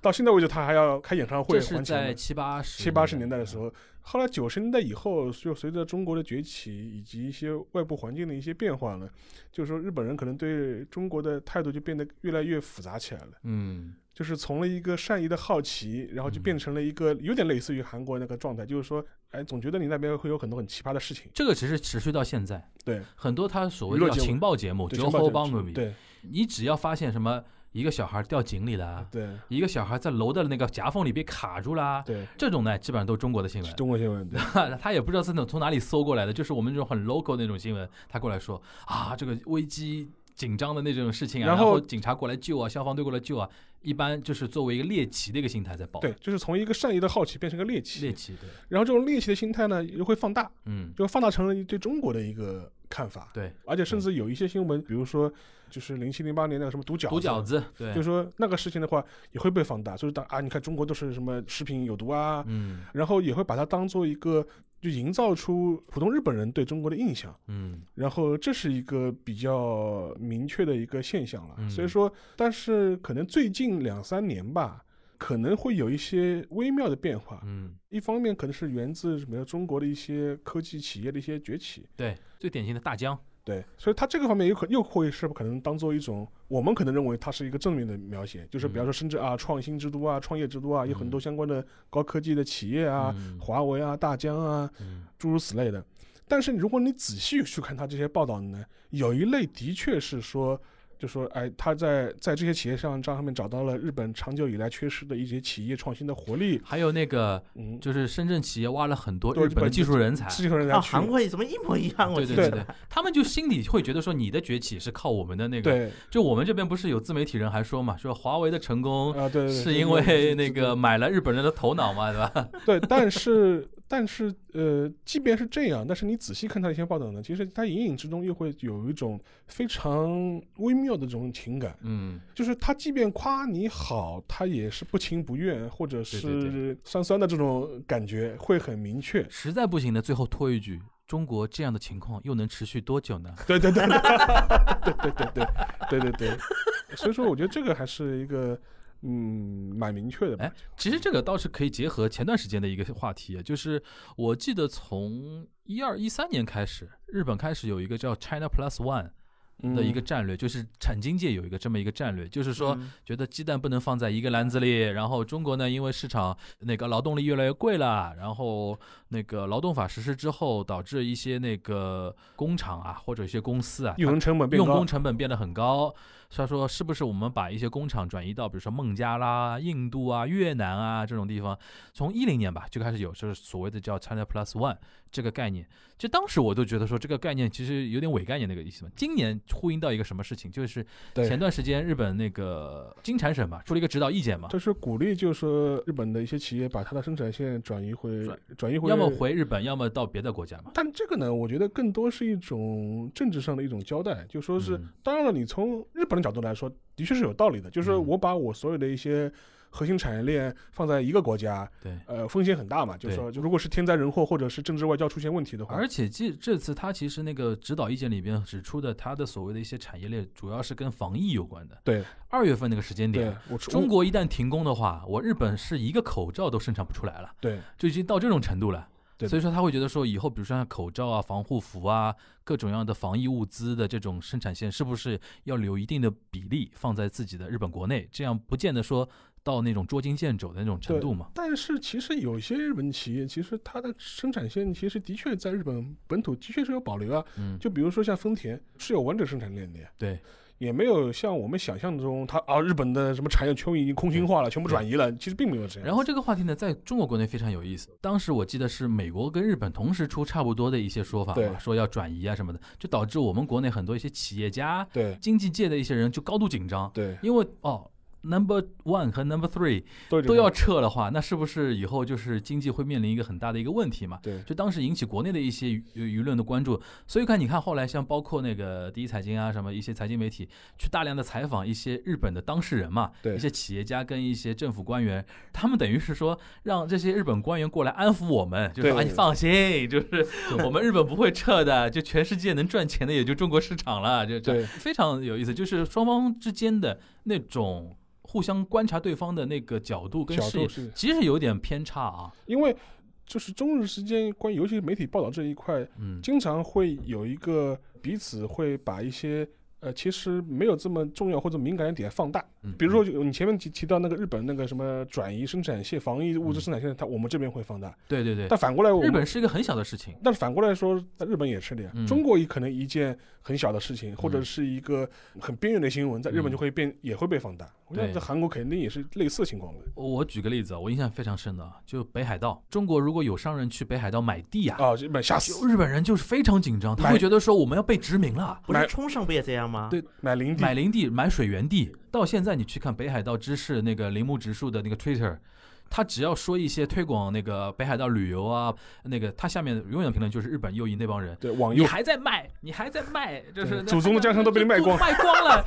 Speaker 3: 到现在为止他还要开演唱会
Speaker 2: 这是
Speaker 3: 还钱
Speaker 2: 在
Speaker 3: 嘛。
Speaker 2: 七八十
Speaker 3: 七八十年代的时，候，后来九十年代以后，就随着中国的崛起以及一些外部环境的一些变化呢，就是说日本人可能对中国的态度就变得越来越复杂起来了。
Speaker 2: 嗯，
Speaker 3: 就是从了一个善意的好奇，然后就
Speaker 2: 嗯
Speaker 3: 变成了一个有点类似于韩国那个状态，就是说，哎，总觉得你那边会有很多很奇葩的事情。
Speaker 2: 这个其实持续到现在，
Speaker 3: 对
Speaker 2: 很多他所
Speaker 3: 娱
Speaker 2: 谓
Speaker 3: 乐
Speaker 2: 的叫
Speaker 3: 节目
Speaker 2: 情报节目，
Speaker 3: 对
Speaker 2: 九
Speaker 3: 情报
Speaker 2: 后
Speaker 3: 节目
Speaker 2: 帮
Speaker 3: 对
Speaker 2: 你只要发现什么一个小孩掉井里了，啊
Speaker 3: 对
Speaker 2: 一个小孩在楼的那个夹缝里被卡住啦，
Speaker 3: 对，
Speaker 2: 这种呢基本上都是中国的新
Speaker 3: 是
Speaker 2: 闻。
Speaker 3: 中国新闻，对
Speaker 2: 他也不知道是从从哪里搜过来的，就是我们这种很 local 那种新闻，他过来说啊，这个危机紧张的那种事情啊，
Speaker 3: 然
Speaker 2: 然
Speaker 3: 后
Speaker 2: 警察过来救啊，消防队过来救啊，一般就是作为一个猎奇的一个心态在报。
Speaker 3: 对，，就是从一个善意的好奇变成个猎奇，
Speaker 2: 猎奇，对，
Speaker 3: 然后这种猎奇的心态呢，又会放大，
Speaker 2: 嗯，
Speaker 3: 就放大成了对中国的一个看法，
Speaker 2: 对，
Speaker 3: 而且甚至有一些新闻，比如说就是零七零八年那个什么毒饺
Speaker 2: 嗯毒饺
Speaker 3: 子。
Speaker 2: 子，对，
Speaker 3: 就是说那个事情的话，也会被放大，就是当啊，你看中国都是什么食品有毒啊，
Speaker 2: 嗯
Speaker 3: 然后也会把它当做一个，就营造出普通日本人对中国的印象。
Speaker 2: 嗯
Speaker 3: 然后这是一个比较明确的一个现象了。
Speaker 2: 嗯
Speaker 3: 所以说，但是可能最近两三年吧，可能会有一些微妙的变化。
Speaker 2: 嗯，
Speaker 3: 一方面可能是源自什么中国的一些科技企业的一些崛起，
Speaker 2: 对，最典型的大疆，
Speaker 3: 对，所以它这个方面有可又会是可能当做一种我们可能认为它是一个正面的描写，就是
Speaker 2: 嗯
Speaker 3: 比方说深圳啊，创新之都啊，创业之都啊，有很多相关的高科技的企业啊，
Speaker 2: 嗯
Speaker 3: 华为啊，大疆啊，
Speaker 2: 嗯
Speaker 3: 诸如此类的。但是如果你仔细去看他这些报道呢，有一类的确是说，就说哎，他在在这些企业上上面找到了日本长久以来缺失的一些企业创新的活力，
Speaker 2: 还有那个
Speaker 3: 嗯，
Speaker 2: 就是深圳企业挖了很多
Speaker 3: 对
Speaker 2: 日本的技术人才，
Speaker 3: 是有人来
Speaker 4: 啊，
Speaker 3: 去，
Speaker 4: 韩国也怎么一模一样？我
Speaker 2: 对
Speaker 4: 觉
Speaker 2: 对
Speaker 4: 得
Speaker 2: 对对，他们就心里会觉得说你的崛起是靠我们的那个，
Speaker 3: 对
Speaker 2: 就我们这边不是有自媒体人还说嘛，说华为的成功
Speaker 3: 啊，对对，对
Speaker 2: 是因为那个买了日本人的头脑嘛，对 吧？
Speaker 3: 对，但是但是呃，即便是这样，但是你仔细看他一些报道呢，其实他隐隐之中又会有一种非常微妙的这种情感，
Speaker 2: 嗯，
Speaker 3: 就是他即便夸你好，他也是不情不愿，或者
Speaker 2: 对对
Speaker 3: 是酸酸的这种感觉会很明确。
Speaker 2: 实在不行呢，最后拖一句，中国这样的情况又能持续多久呢？
Speaker 3: 对对对，对 对对对对对对，所以说我觉得这个还是一个嗯蛮明确的吧
Speaker 2: 哎。其实这个倒是可以结合前段时间的一个话题，啊就是我记得从一二一三年开始，日本开始有一个叫 China Plus One
Speaker 3: 嗯
Speaker 2: 的一个战略，就是产经界有一个这么一个战略，就是说
Speaker 4: 嗯
Speaker 2: 觉得鸡蛋不能放在一个篮子里，然后中国呢，因为市场那个劳动力越来越贵了，然后那个劳动法实施之后，导致一些那个工厂啊或者一些公司啊，
Speaker 3: 用人成本变
Speaker 2: 用
Speaker 3: 高
Speaker 2: 工，成本变得很高。他说，是不是我们把一些工厂转移到，比如说孟加拉、印度啊、越南啊这种地方？从一零年吧就开始有，就是所谓的叫 China Plus One 这个概念。就当时我都觉得说，这个概念其实有点伪概念那个意思嘛。今年呼应到一个什么事情，就是
Speaker 3: 对
Speaker 2: 前段时间日本那个金产省嘛出了一个指导意见嘛，
Speaker 3: 就是鼓励，就是说日本的一些企业把它的生产线转移回
Speaker 2: 转
Speaker 3: 转移回，
Speaker 2: 要么。回日本，要么到别的国家嘛。
Speaker 3: 但这个呢，我觉得更多是一种政治上的一种交代，就说是，
Speaker 2: 嗯
Speaker 3: 当然了，你从日本的角度来说，的确是有道理的，就是说
Speaker 2: 嗯
Speaker 3: 我把我所有的一些核心产业链放在一个国家，
Speaker 2: 对。
Speaker 3: 呃，风险很大嘛，就是说，就如果是天灾人祸或者是政治外交出现问题的话，
Speaker 2: 而且这这次他其实那个指导意见里边指出的，他的所谓的一些产业链主要是跟防疫有关的。
Speaker 3: 对
Speaker 2: 二月份那个时间
Speaker 3: 对
Speaker 2: 点，，
Speaker 3: 我
Speaker 2: 中国一旦停工的话，我日本是一个口罩都生产不出来了，
Speaker 3: 对
Speaker 2: 就已经到这种程度了。
Speaker 3: 对
Speaker 2: 所以说他会觉得说，以后比如说像口罩啊、防护服啊、各种样的防疫物资的这种生产线，是不是要留一定的比例放在自己的日本国内？这样不见得说到那种捉襟见肘的那种程度嘛。
Speaker 3: 但是其实有些日本企业，其实它的生产线其实的确在日本本土的确是有保留啊。
Speaker 2: 嗯，
Speaker 3: 就比如说像丰田是有完整生产链的呀，
Speaker 2: 对，
Speaker 3: 也没有像我们想象中它啊日本的什么产业全部已经空心化了，全部转移了，其实并没有这样。
Speaker 2: 然后这个话题呢，在中国国内非常有意思。当时我记得是美国跟日本同时出差不多的一些说法
Speaker 3: 对
Speaker 2: 嘛，说要转移啊什么的，就导致我们国内很多一些企业家、
Speaker 3: 对
Speaker 2: 经济界的一些人就高度紧张，
Speaker 3: 对
Speaker 2: 因为哦，number one 和 number three
Speaker 3: 都有这
Speaker 2: 都
Speaker 3: 个
Speaker 2: 要撤的话，那是不是以后就是经济会面临一个很大的一个问题嘛？
Speaker 3: 对
Speaker 2: 就当时引起国内的一些舆舆论的关注，所以看你看后来像包括那个第一财经啊什么一些财经媒体去大量的采访一些日本的当事人嘛，
Speaker 3: 对
Speaker 2: 一些企业家跟一些政府官员，他们等于是说让这些日本官员过来安抚我们，就
Speaker 3: 对
Speaker 2: 说啊你放心，就是我们日本不会撤的，就全世界能赚钱的也就中国市场了，就这样
Speaker 3: 对
Speaker 2: 非常有意思，就是双方之间的那种互相观察对方的那个角度跟
Speaker 3: 角
Speaker 2: 视
Speaker 3: 度
Speaker 2: 野，
Speaker 3: 是
Speaker 2: 其实有点偏差啊，
Speaker 3: 因为就是中日之间关于尤其是媒体报道这一块，
Speaker 2: 嗯，
Speaker 3: 经常会有一个彼此会把一些呃，其实没有这么重要或者敏感的点放大。
Speaker 2: 嗯
Speaker 3: 比如说，就你前面提提到那个日本那个什么转移生产线、防疫物资生产线，它我们这边会放大，
Speaker 2: 对对对，
Speaker 3: 但反过来我们
Speaker 2: 日本是一个很小的事情，
Speaker 3: 但是反过来说，在日本也是的呀。
Speaker 2: 嗯
Speaker 3: 中国也可能一件很小的事情，或者
Speaker 2: 嗯
Speaker 3: 是一个很边缘的新闻，在日本
Speaker 2: 嗯
Speaker 3: 就会变，也会被放大。我觉得
Speaker 2: 对
Speaker 3: 在韩国肯定也是类似的情况的。
Speaker 2: 我举个例子啊，我印象非常深的啊，就北海道，中国如果有商人去北海道买地啊，
Speaker 3: 啊，日本吓死，
Speaker 2: 就日本人就是非常紧张，他
Speaker 3: 买
Speaker 2: 会觉得说我们要被殖民了。啊
Speaker 4: 不是
Speaker 3: 买
Speaker 4: 冲绳不也这样吗？
Speaker 2: 对
Speaker 3: 买林地
Speaker 2: 买林地，买水源地，到现在你去看北海道知事那个铃木直树的那个 Twitter，他只要说一些推广那个北海道旅游啊，那个他下面永远的评论就是日本右翼那帮人，
Speaker 3: 对网
Speaker 2: 你
Speaker 3: 游，
Speaker 2: 还在卖，你还在卖，就是
Speaker 3: 对祖宗的江山都被你卖光
Speaker 2: 卖光 了。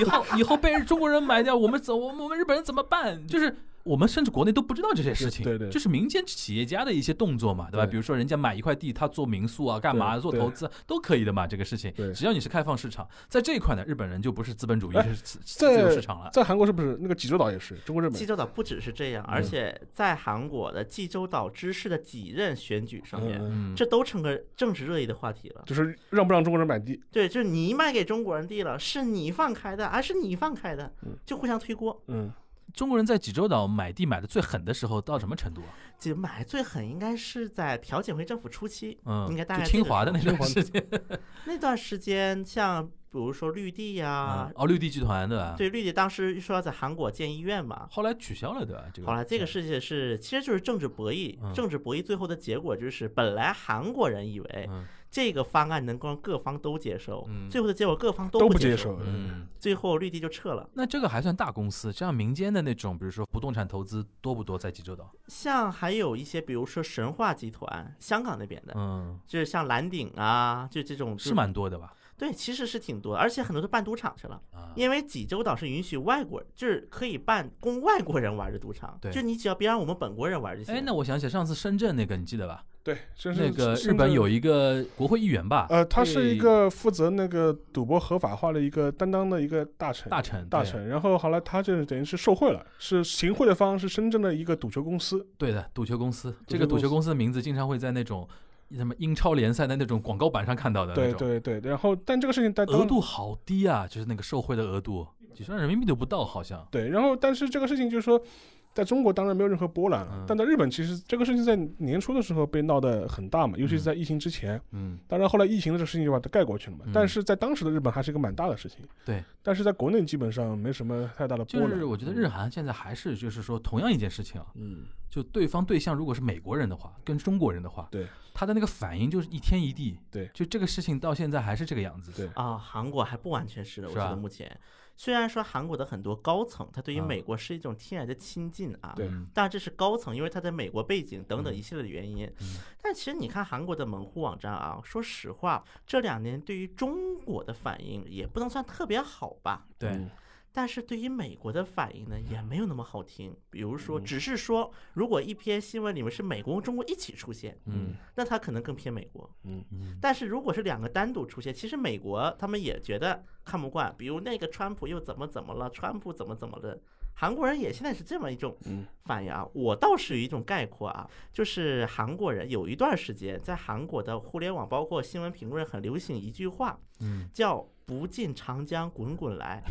Speaker 2: 以后以后被中国人买掉，我们怎我们我们日本人怎么办？就是。我们甚至国内都不知道这些事情，
Speaker 3: 对对对
Speaker 2: 就是民间企业家的一些动作嘛，对吧？
Speaker 3: 对
Speaker 2: 比如说人家买一块地，他做民宿啊，干嘛
Speaker 3: 对
Speaker 2: 做
Speaker 3: 对
Speaker 2: 投资都可以的嘛，这个事情
Speaker 3: 对，
Speaker 2: 只要你是开放市场，在这一块呢，日本人就不是资本主义，
Speaker 3: 哎
Speaker 2: 是自自由
Speaker 3: 在
Speaker 2: 市场了。
Speaker 3: 在韩国是不是那个济州岛也是中国日
Speaker 4: 济
Speaker 3: 本？
Speaker 4: 州岛不只是这样，
Speaker 2: 嗯
Speaker 4: 而且在韩国的济州岛知事的几任选举上
Speaker 3: 嗯，
Speaker 4: 面，
Speaker 3: 嗯
Speaker 2: 嗯，
Speaker 4: 这都成个政治热议的话题了。
Speaker 3: 就是让不让中国人买地？
Speaker 4: 对，就是你卖给中国人地了，是你放开的，啊，是你放开的
Speaker 3: 嗯，
Speaker 4: 就互相推锅。
Speaker 3: 嗯，
Speaker 2: 中国人在济州岛买地买的最狠的时候到什么程度啊？
Speaker 4: 就买最狠应该是在朴槿惠政府初期，
Speaker 2: 嗯，
Speaker 4: 应该大概
Speaker 2: 就清华的那
Speaker 4: 这个时
Speaker 2: 段时间，
Speaker 4: 候那段时间，像比如说绿地呀、
Speaker 2: 嗯哦，绿地集团的，，
Speaker 4: 啊对绿地当时说要在韩国建医院嘛。
Speaker 2: 后来取消了，对吧？这个
Speaker 4: 好了，这个事情是其实就是政治博弈，
Speaker 2: 嗯
Speaker 4: 政治博弈最后的结果就是，本来韩国人以为
Speaker 2: 嗯
Speaker 4: 这个方案能够让各方都接受，
Speaker 2: 嗯
Speaker 4: 最后的结果各方
Speaker 3: 都
Speaker 4: 不
Speaker 3: 不接
Speaker 4: 受，
Speaker 3: 受。
Speaker 2: 嗯。
Speaker 4: 最后绿地就撤了。
Speaker 2: 那这个还算大公司，像民间的那种，比如说不动产投资多不多在济州岛？
Speaker 4: 像还有一些，比如说神话集团，香港那边的，
Speaker 2: 嗯，
Speaker 4: 就是像蓝鼎啊，就这种
Speaker 2: 是？蛮多的吧？
Speaker 4: 就对，其实是挺多，而且很多都办赌场去了。
Speaker 2: 啊，
Speaker 4: 因为济州岛是允许外国，就是可以办供外国人玩的赌场，
Speaker 2: 对
Speaker 4: 就你只要别让我们本国人玩就行。
Speaker 2: 哎，那我想起来上次深圳那个，你记得吧？
Speaker 3: 对，深
Speaker 2: 那
Speaker 3: 圳
Speaker 2: 个日
Speaker 3: 深
Speaker 2: 本
Speaker 3: 圳
Speaker 2: 有一个国会议员吧？
Speaker 3: 呃，他是
Speaker 2: 对
Speaker 3: 一个负责那个赌博合法化的一个担当的一个大臣。
Speaker 2: 大臣，
Speaker 3: 大
Speaker 2: 对，
Speaker 3: 臣，然后后来他就是等于是受贿了，是行贿的方是深圳的一个赌球公司，
Speaker 2: 对的，赌球公司。这
Speaker 3: 球
Speaker 2: 个赌
Speaker 3: 公
Speaker 2: 球
Speaker 3: 司
Speaker 2: 公司的名字经常会在那种什么英超联赛的那种广告板上看到的那
Speaker 3: 对
Speaker 2: 种。
Speaker 3: 对对。然后但这个事情在
Speaker 2: 额
Speaker 3: 当
Speaker 2: 度好低啊，就是那个受贿的额度，几十万人民币都不到，好像。
Speaker 3: 对，然后但是这个事情就是说，在中国当然没有任何波澜了，
Speaker 2: 嗯
Speaker 3: 但在日本其实这个事情在年初的时候被闹得很大嘛，尤其是
Speaker 2: 嗯
Speaker 3: 在疫情之前。
Speaker 2: 嗯，
Speaker 3: 当然后来疫情的这个事情就把它盖过去了嘛，
Speaker 2: 嗯
Speaker 3: 但是在当时的日本还是一个蛮大的事情。
Speaker 2: 对，
Speaker 3: 但是在国内基本上没什么太大的波
Speaker 2: 就
Speaker 3: 澜。
Speaker 2: 是我觉得日韩现在还是就是说同样一件事情啊，
Speaker 3: 嗯，
Speaker 2: 就对方对象如果是美国人的话，跟中国人的话，
Speaker 3: 对，
Speaker 2: 他的那个反应就是一天一地，
Speaker 3: 对
Speaker 2: 就这个事情到现在还是这个样子，
Speaker 3: 对
Speaker 4: 啊、韩国还不完全是的，我
Speaker 2: 是
Speaker 4: 觉
Speaker 2: 吧
Speaker 4: 得目前虽然说韩国的很多高层，他对于
Speaker 2: 嗯
Speaker 4: 美国是一种天然的亲近啊，
Speaker 3: 对
Speaker 2: 嗯
Speaker 4: 但这是高层，因为他在美国背景等等
Speaker 2: 嗯
Speaker 4: 一系列的原因。
Speaker 2: 嗯
Speaker 4: 但其实你看韩国的门户网站啊，说实话，这两年对于中国的反应也不能算特别好吧，
Speaker 2: 对，
Speaker 3: 嗯
Speaker 4: 但是对于美国的反应呢，也没有那么好听。比如说，
Speaker 3: 嗯
Speaker 4: 只是说，如果一篇新闻里面是美国跟中国一起出现，
Speaker 2: 嗯
Speaker 4: 那它可能更偏美国。
Speaker 3: 嗯
Speaker 2: 嗯，
Speaker 4: 但是如果是两个单独出现，其实美国他们也觉得看不惯，比如那个川普又怎么怎么了，川普怎么怎么的。韩国人也现在是这么一种
Speaker 3: 嗯
Speaker 4: 反应啊，我倒是有一种概括啊，就是韩国人有一段时间在韩国的互联网包括新闻评论很流行一句话，
Speaker 2: 嗯，
Speaker 4: 叫“不进长江滚 滚来”，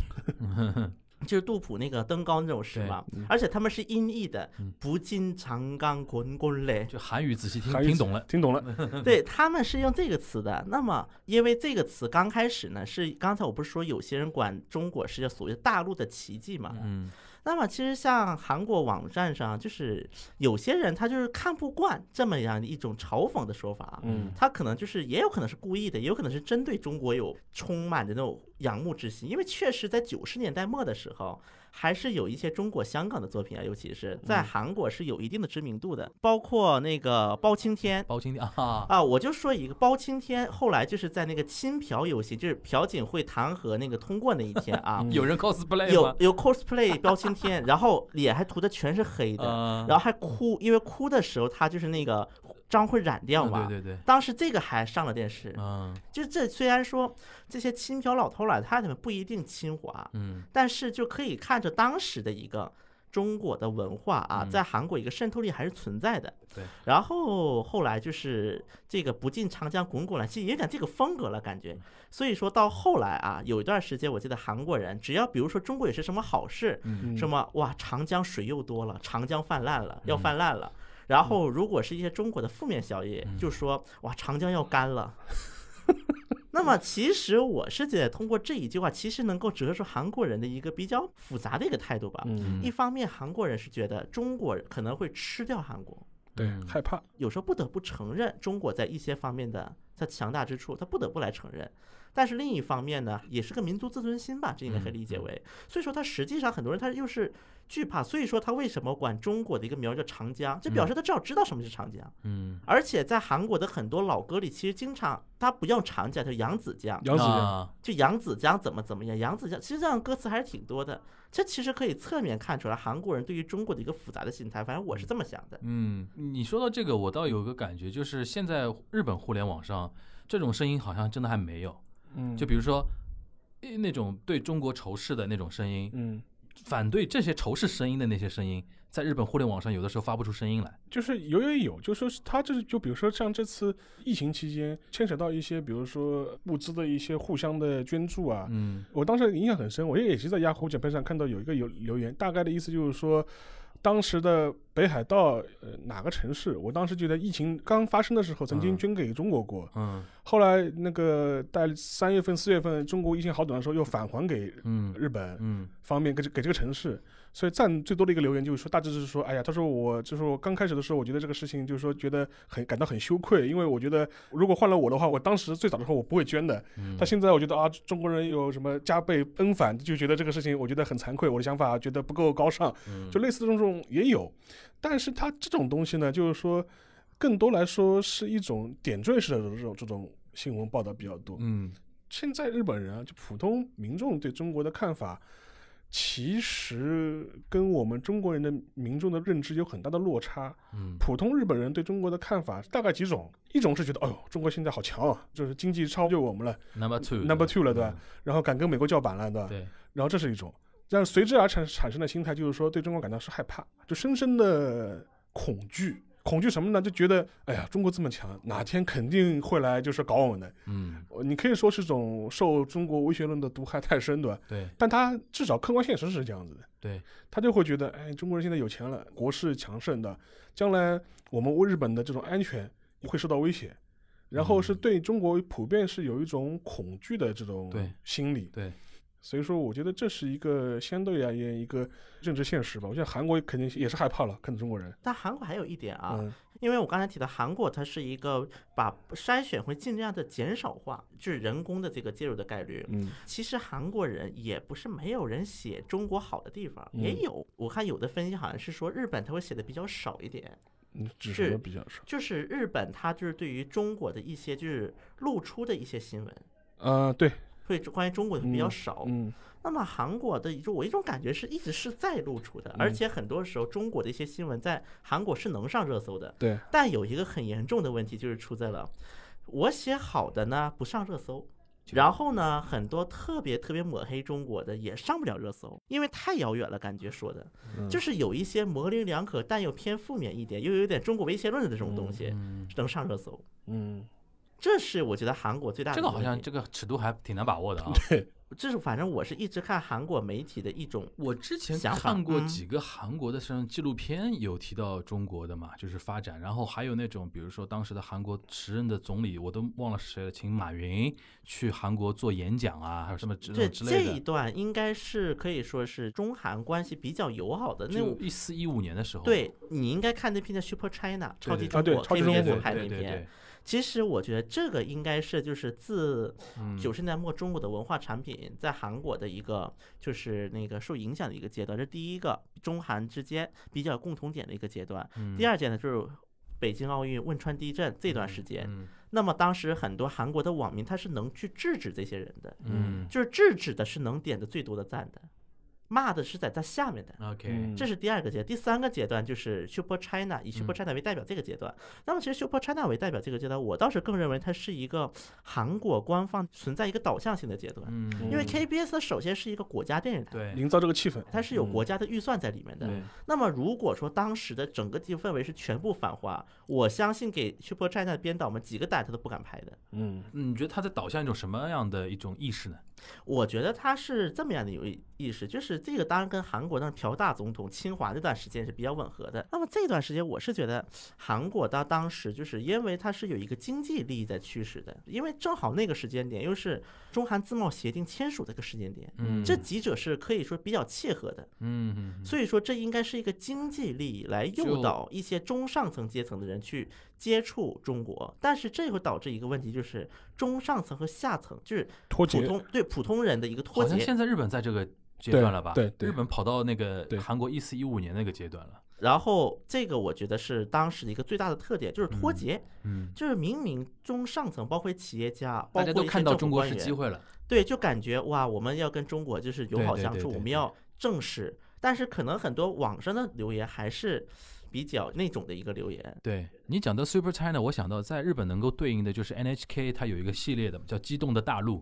Speaker 4: 就是杜甫那个登高那首诗嘛，而且他们是音译的
Speaker 2: 嗯
Speaker 4: “不进长江滚滚来”，
Speaker 2: 就韩语仔细听
Speaker 3: 韩语
Speaker 2: 听懂了，
Speaker 3: 听懂了，
Speaker 4: 对他们是用这个词的。那么，因为这个词刚开始呢，是刚才我不是说有些人管中国是叫所谓大陆的奇迹嘛？
Speaker 2: 嗯
Speaker 4: 那么其实像韩国网站上，就是有些人他就是看不惯这么样一种嘲讽的说法。啊
Speaker 3: 嗯
Speaker 4: 他可能就是，也有可能是故意的，也有可能是针对中国有充满着那种仰慕之心，因为确实在九十年代末的时候，还是有一些中国香港的作品啊，尤其是在韩国是有一定的知名度的，包括那个包青天，
Speaker 2: 包青天啊，，
Speaker 4: 啊，我就说一个包青天，后来就是在那个亲朴游行，就是朴槿惠弹劾那个通过那一天啊
Speaker 3: 嗯
Speaker 2: 有人 cosplay
Speaker 4: 有
Speaker 2: 吗？
Speaker 4: 有 cosplay 包青天，然后脸还涂的全是黑的，
Speaker 2: 啊，
Speaker 4: 然后还哭，因为哭的时候他就是那个妆会染掉嘛。
Speaker 2: 嗯对对对，
Speaker 4: 当时这个还上了电视，
Speaker 2: 嗯
Speaker 4: 就这虽然说这些亲朴老头老太太们不一定亲华，
Speaker 2: 嗯
Speaker 4: 但是就可以看着当时的一个中国的文化啊，
Speaker 2: 嗯
Speaker 4: 在韩国一个渗透力还是存在的。
Speaker 2: 对。
Speaker 4: 然后后来就是这个不尽长江滚滚来，其实有点这个风格了感
Speaker 2: 嗯
Speaker 4: 觉。所以说到后来啊，有一段时间我记得韩国人只要比如说中国有些什么好事，
Speaker 3: 嗯
Speaker 4: 什么哇长江水又多了，长江泛滥了，要泛滥了。然后，如果是一些中国的负面效应，
Speaker 3: 嗯
Speaker 4: 就说哇，长江要干 了。那么，其实我是觉得通过这一句话，其实能够折射出韩国人的一个比较复杂的一个态度吧。
Speaker 3: 嗯，
Speaker 4: 一方面，韩国人是觉得中国人可能会吃掉韩国，
Speaker 3: 对，
Speaker 2: 嗯
Speaker 3: 害怕，
Speaker 4: 有时候不得不承认中国在一些方面的它强大之处，它不得不来承认。但是另一方面呢，也是个民族自尊心吧，这应该可以理解为。所以说，他实际上很多人他又是惧怕，所以说他为什么管中国的一个名儿叫长江，就表示他至少知道什么是长江。
Speaker 2: 嗯，
Speaker 4: 而且在韩国的很多老歌里，其实经常他不用长江，就扬子江，
Speaker 3: 杨子健，
Speaker 2: 啊
Speaker 4: 就扬子江怎么怎么样，扬子江，其实这样的歌词还是挺多的。这其实可以侧面看出来韩国人对于中国的一个复杂的心态，反正我是这么想的。
Speaker 2: 嗯，你说到这个，我倒有个感觉，就是现在日本互联网上这种声音好像真的还没有。
Speaker 3: 嗯，
Speaker 2: 就比如说，呃那种对中国仇视的那种声音，
Speaker 3: 嗯，
Speaker 2: 反对这些仇视声音的那些声音，在日本互联网上有的时候发不出声音来。
Speaker 3: 就是有也有，就说是他这就比如说像这次疫情期间牵扯到一些，比如说物资的一些互相的捐助啊，
Speaker 2: 嗯
Speaker 3: 我当时印象很深，我也是在雅虎简配上看到有一个有留言，大概的意思就是说，当时的北海道呃哪个城市，我当时觉得疫情刚发生的时候，曾经
Speaker 2: 嗯
Speaker 3: 捐给中国过，
Speaker 2: 嗯
Speaker 3: 后来那个在三月份、四月份中国疫情好转的时候，又返还给
Speaker 2: 嗯
Speaker 3: 日本
Speaker 2: 嗯
Speaker 3: 方面，给这给这个城市。所以赞最多的一个留言就是说，大致就是说，哎呀，他说我就是我刚开始的时候，我觉得这个事情就是说觉得很感到很羞愧，因为我觉得如果换了我的话，我当时最早的时候我不会捐的，
Speaker 2: 嗯，
Speaker 3: 但现在我觉得啊，中国人有什么加倍恩返，就觉得这个事情我觉得很惭愧，我的想法觉得不够高尚，就类似这种也有，但是它这种东西呢，就是说更多来说是一种点缀式的这种这种新闻报道比较多。
Speaker 2: 嗯
Speaker 3: 现在日本人啊，就普通民众对中国的看法。其实跟我们中国人的民众的认知有很大的落差。
Speaker 2: 嗯
Speaker 3: 普通日本人对中国的看法大概几种，一种是觉得，哎呦，中国现在好强啊，就是经济超越我们了，
Speaker 2: ，number two，number
Speaker 3: number two 了，对吧？？然后敢跟美国叫板了，对吧？
Speaker 2: 对，
Speaker 3: 然后这是一种，但是随之而产产生的心态就是说，对中国感到是害怕，就深深的恐惧，恐惧什么呢？就觉得，哎呀，中国这么强，哪天肯定会来就是搞我们的。
Speaker 2: 嗯
Speaker 3: 呃你可以说是种受中国威胁论的毒害太深，对吧？
Speaker 2: 对
Speaker 3: 但他至少客观现实是这样子的，
Speaker 2: 对，
Speaker 3: 他就会觉得，哎，中国人现在有钱了，国势强盛的，将来我们日本的这种安全会受到威胁，然后是
Speaker 2: 嗯
Speaker 3: 对中国普遍是有一种恐惧的这种
Speaker 2: 对
Speaker 3: 心理，
Speaker 2: 对，
Speaker 3: 所以说我觉得这是一个相对而言一个认知现实吧。我觉得韩国肯定也是害怕了，看到中国人，
Speaker 4: 但韩国还有一点啊，
Speaker 3: 嗯
Speaker 4: 因为我刚才提到韩国，它是一个把筛选会尽量的减少化，就是人工的这个介入的概率。
Speaker 3: 嗯
Speaker 4: 其实韩国人也不是没有人写中国好的地方，
Speaker 3: 嗯
Speaker 4: 也有。我看有的分析好像是说日本他会写的比较少一点，
Speaker 3: 嗯，只
Speaker 4: 是
Speaker 3: 是说比较少。
Speaker 4: 就是日本它就是对于中国的一些就是露出的一些新闻，
Speaker 3: 呃，对，
Speaker 4: 会关于中国的比较少。
Speaker 3: 嗯
Speaker 4: 那么韩国的一种，我一种感觉是一直是在露出的，
Speaker 2: 嗯
Speaker 4: 而且很多时候中国的一些新闻在韩国是能上热搜的。
Speaker 3: 对，
Speaker 4: 但有一个很严重的问题就是出在了，我写好的呢不上热搜，然后呢很多特别特别抹黑中国的也上不了热搜，因为太遥远了，感觉说的，
Speaker 2: 嗯
Speaker 4: 就是有一些模棱两可但又偏负面一点，又有点中国威胁论的这种东西
Speaker 2: 嗯，
Speaker 4: 能上热搜，
Speaker 3: 嗯，
Speaker 4: 这是我觉得韩国最大
Speaker 2: 这
Speaker 4: 的一
Speaker 2: 个
Speaker 4: 问题。
Speaker 2: 好像这个尺度还挺难把握的啊。
Speaker 3: 嗯
Speaker 4: 这是反正我是一直看韩国媒体的一种
Speaker 2: 我之前
Speaker 4: 想法
Speaker 2: 看过
Speaker 4: 嗯
Speaker 2: 几个韩国的像纪录片，有提到中国的嘛，就是发展，然后还有那种比如说当时的韩国时任的总理，我都忘了是谁了，请马云去韩国做演讲啊，还有什么之
Speaker 4: 对
Speaker 2: 之
Speaker 4: 这
Speaker 2: 类
Speaker 4: 一
Speaker 2: 的。
Speaker 4: 段应该是可以说是中韩关系比较友好的那
Speaker 2: 就哦
Speaker 4: 种。
Speaker 2: 一四一五年的时候，
Speaker 4: 对你应该看那篇叫《Super China》超级
Speaker 2: 对
Speaker 4: 中
Speaker 3: 啊对
Speaker 4: 国
Speaker 3: 超级
Speaker 4: KBS
Speaker 2: 对
Speaker 3: 中国
Speaker 2: 对
Speaker 4: 拍那
Speaker 2: 对对
Speaker 4: 篇
Speaker 2: 对，，
Speaker 4: 其实我觉得这个应该是就是自
Speaker 2: 嗯
Speaker 4: 九十年代末中国的文化产品在韩国的一个就是那个受影响的一个阶段，这第一个中韩之间比较有共同点的一个阶段。
Speaker 2: 嗯
Speaker 4: 第二件呢就是北京奥运汶川地震这段时间，
Speaker 2: 嗯
Speaker 4: 那么当时很多韩国的网民他是能去制止这些人的，
Speaker 2: 嗯
Speaker 4: 就是制止的是能点的最多的赞的。骂的是在它下面的。
Speaker 2: 嗯 OK，
Speaker 3: 嗯
Speaker 4: 这是第二个阶段，第三个阶段就是 Super China，以 Super
Speaker 2: 嗯
Speaker 4: China 为代表这个阶段。那么其实 Super China 为代表这个阶段，我倒是更认为它是一个韩国官方存在一个导向性的阶段，
Speaker 2: 嗯，
Speaker 4: 因为
Speaker 3: 嗯
Speaker 4: KBS 它首先是一个国家电视台，
Speaker 2: 对
Speaker 3: 营造这个气氛。
Speaker 4: 它是有
Speaker 3: 嗯
Speaker 4: 国家的预算在里面的。
Speaker 2: 对，
Speaker 4: 那么如果说当时的整个地氛围是全部反华，我相信给 Super China 的编导们几个胆他都不敢拍的。
Speaker 3: 嗯
Speaker 2: 你觉得他在导向一种什么样的一种意识呢？
Speaker 4: 我觉得他是这么样的有意意识，就是这个当然跟韩国当时朴大总统侵华那段时间是比较吻合的。那么这段时间，我是觉得韩国到当时就是因为它是有一个经济利益在驱使的，因为正好那个时间点又是中韩自贸协定签署的一个时间点，
Speaker 2: 嗯，
Speaker 4: 这几者是可以说比较切合的。
Speaker 2: 嗯嗯，
Speaker 4: 所以说，这应该是一个经济利益来
Speaker 2: 就
Speaker 4: 诱导一些中上层阶层的人去接触中国，但是这会导致一个问题，就是中上层和下层，就是
Speaker 3: 脱
Speaker 4: 普
Speaker 3: 节，
Speaker 4: 通对普通人的一个脱
Speaker 2: 嗯好像
Speaker 4: 节。
Speaker 2: 现在日本在这个阶段了吧？
Speaker 3: 对对
Speaker 2: 日本跑到那个
Speaker 3: 对
Speaker 2: 韩国一四一五年那个阶段了。
Speaker 4: 然后这个我觉得是当时的一个最大的特点，就是脱
Speaker 2: 嗯
Speaker 4: 节，
Speaker 2: 嗯，
Speaker 4: 就是明明中上层包括企业家，包
Speaker 2: 大家
Speaker 4: 括
Speaker 2: 都
Speaker 4: 一些
Speaker 2: 看到
Speaker 4: 政府
Speaker 2: 中国
Speaker 4: 官
Speaker 2: 是
Speaker 4: 员
Speaker 2: 机会了。
Speaker 4: 对，就感觉哇，我们要跟中国就是友
Speaker 2: 对
Speaker 4: 好
Speaker 2: 对
Speaker 4: 相
Speaker 2: 对
Speaker 4: 处，
Speaker 2: 对
Speaker 4: 我们
Speaker 2: 对
Speaker 4: 要正视。但是可能很多网上的留言还是比较那种的一个留言，
Speaker 2: 对你讲的 Super China，我想到在日本能够对应的就是 NHK，它有一个系列的嘛叫《激动的大陆》，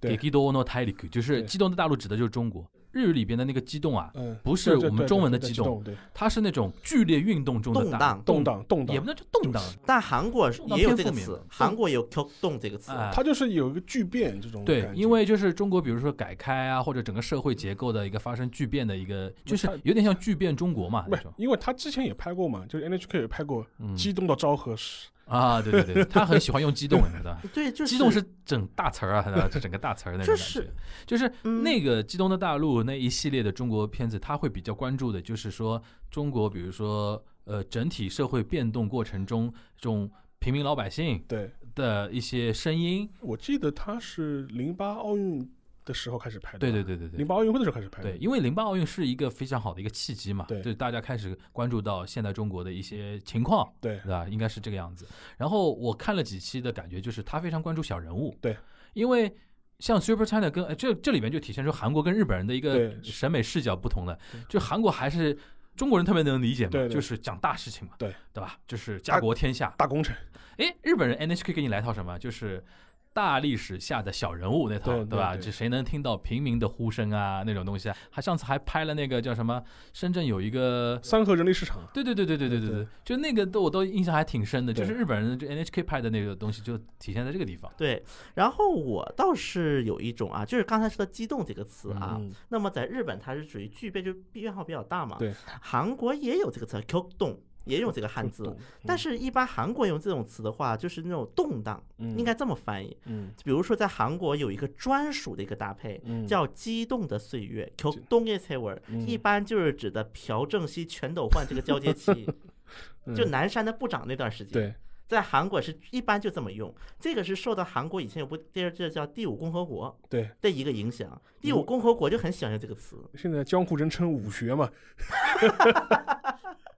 Speaker 3: 对
Speaker 2: 激动 no t a i k 就是
Speaker 3: 对
Speaker 2: 激动的大陆指的就是中国。日语里边的那个激动啊，
Speaker 3: 嗯，
Speaker 2: 不是
Speaker 3: 对对
Speaker 2: 我们
Speaker 3: 对
Speaker 2: 中
Speaker 3: 对
Speaker 2: 文的
Speaker 3: 对
Speaker 2: 激
Speaker 3: 动，
Speaker 2: 动
Speaker 3: 对，
Speaker 2: 它是那种剧烈运动中的
Speaker 4: 动
Speaker 2: 大
Speaker 4: 荡。
Speaker 3: 动荡动
Speaker 2: 也
Speaker 3: 荡
Speaker 2: 不，能叫动荡，
Speaker 4: 但韩国是
Speaker 2: 动荡
Speaker 4: 也有
Speaker 2: 偏
Speaker 4: 这个
Speaker 2: 负面
Speaker 4: 词
Speaker 2: 嘛，
Speaker 4: 韩
Speaker 2: 动
Speaker 4: 国有 “q 动”这个词。
Speaker 2: 哎，
Speaker 3: 它就是有一个巨变这种
Speaker 2: 对
Speaker 3: 感，觉
Speaker 2: 因为就是中国，比如说改开啊，或者整个社会结构的一个发生巨变的一个，就是
Speaker 3: 它
Speaker 2: 有点像巨变中国嘛
Speaker 3: 不
Speaker 2: 那
Speaker 3: 是
Speaker 2: 种，
Speaker 3: 因为他之前也拍过嘛，就是 NHK 也拍过
Speaker 2: 嗯
Speaker 3: 《激动到昭和时
Speaker 2: 啊，对对对，他很喜欢用 激动，你知道吧。
Speaker 4: 对，就是
Speaker 2: 激动是整大词儿啊， 对吧整个大词儿那种感
Speaker 4: 就是
Speaker 2: 觉，就是
Speaker 4: 嗯
Speaker 2: 那个《激动的大陆》那一系列的中国片子，他会比较关注的，就是说中国，比如说呃整体社会变动过程中，这种平民老百姓》。
Speaker 3: 对，
Speaker 2: 的一些声音，
Speaker 3: 我记得他是零八奥运的时候开始拍的，
Speaker 2: 对对，对对对，
Speaker 3: 零八奥运会的时候开始拍的，
Speaker 2: 对，因为零八奥运是一个非常好的一个契机嘛，
Speaker 3: 嗯对
Speaker 2: 就是大家开始关注到现代中国的一些情况，
Speaker 3: 对
Speaker 2: 对吧？应该是这个样子。然后我看了几期的感觉就是他非常关注小人物，
Speaker 3: 对，
Speaker 2: 因为。像 Super China 跟呃这这里面就体现出韩国跟日本人的一个
Speaker 3: 对
Speaker 2: 审美视角不同的，就韩国还是中国人特别能理解嘛，
Speaker 3: 对对
Speaker 2: 就是讲大事情嘛，
Speaker 3: 对
Speaker 2: 对吧？就是家国天下。
Speaker 3: 大工程，
Speaker 2: 哎，日本人 NHK 给你来套什么？就是大历史下的小人物那套，
Speaker 3: 对对
Speaker 2: 吧？
Speaker 3: 对
Speaker 2: 这谁能听到平民的呼声啊？那种东西啊，还上次还拍了那个叫什么？深圳有一个。
Speaker 3: 三和人力市场，
Speaker 2: 对对对对对对对对
Speaker 3: 对，
Speaker 2: 就那个都我都印象还挺深的，就
Speaker 3: 对
Speaker 2: 是日本人就 NHK 拍的那个东西，就体现在这个地方。
Speaker 4: 对，然后我倒是有一种啊，就是刚才说的“激动”这个词啊，
Speaker 3: 嗯
Speaker 4: 那么在日本它是属于具备就变化比较大嘛，
Speaker 3: 对，
Speaker 4: 韩国也有这个词 “q 动”，也有这个汉字
Speaker 3: 懂，，
Speaker 4: 但是一般韩国用这种词的话，就是那种动荡，
Speaker 3: 嗯
Speaker 4: 应该这么翻译。
Speaker 3: 嗯
Speaker 4: 比如说在韩国有一个专属的一个搭配，
Speaker 3: 嗯
Speaker 4: 叫“激动的岁月 ”，“q 动的岁月”，一般就是指的朴正熙全斗焕这个交接 期，就南山的部长那段时间。
Speaker 3: 嗯对，
Speaker 4: 在韩国是一般就这么用，这个是受到韩国以前有部电视剧叫《第五共和国
Speaker 3: 对，》
Speaker 4: 的一个影响，《第五共和国》就很喜欢用这个词。
Speaker 3: 现在江湖人称武学嘛，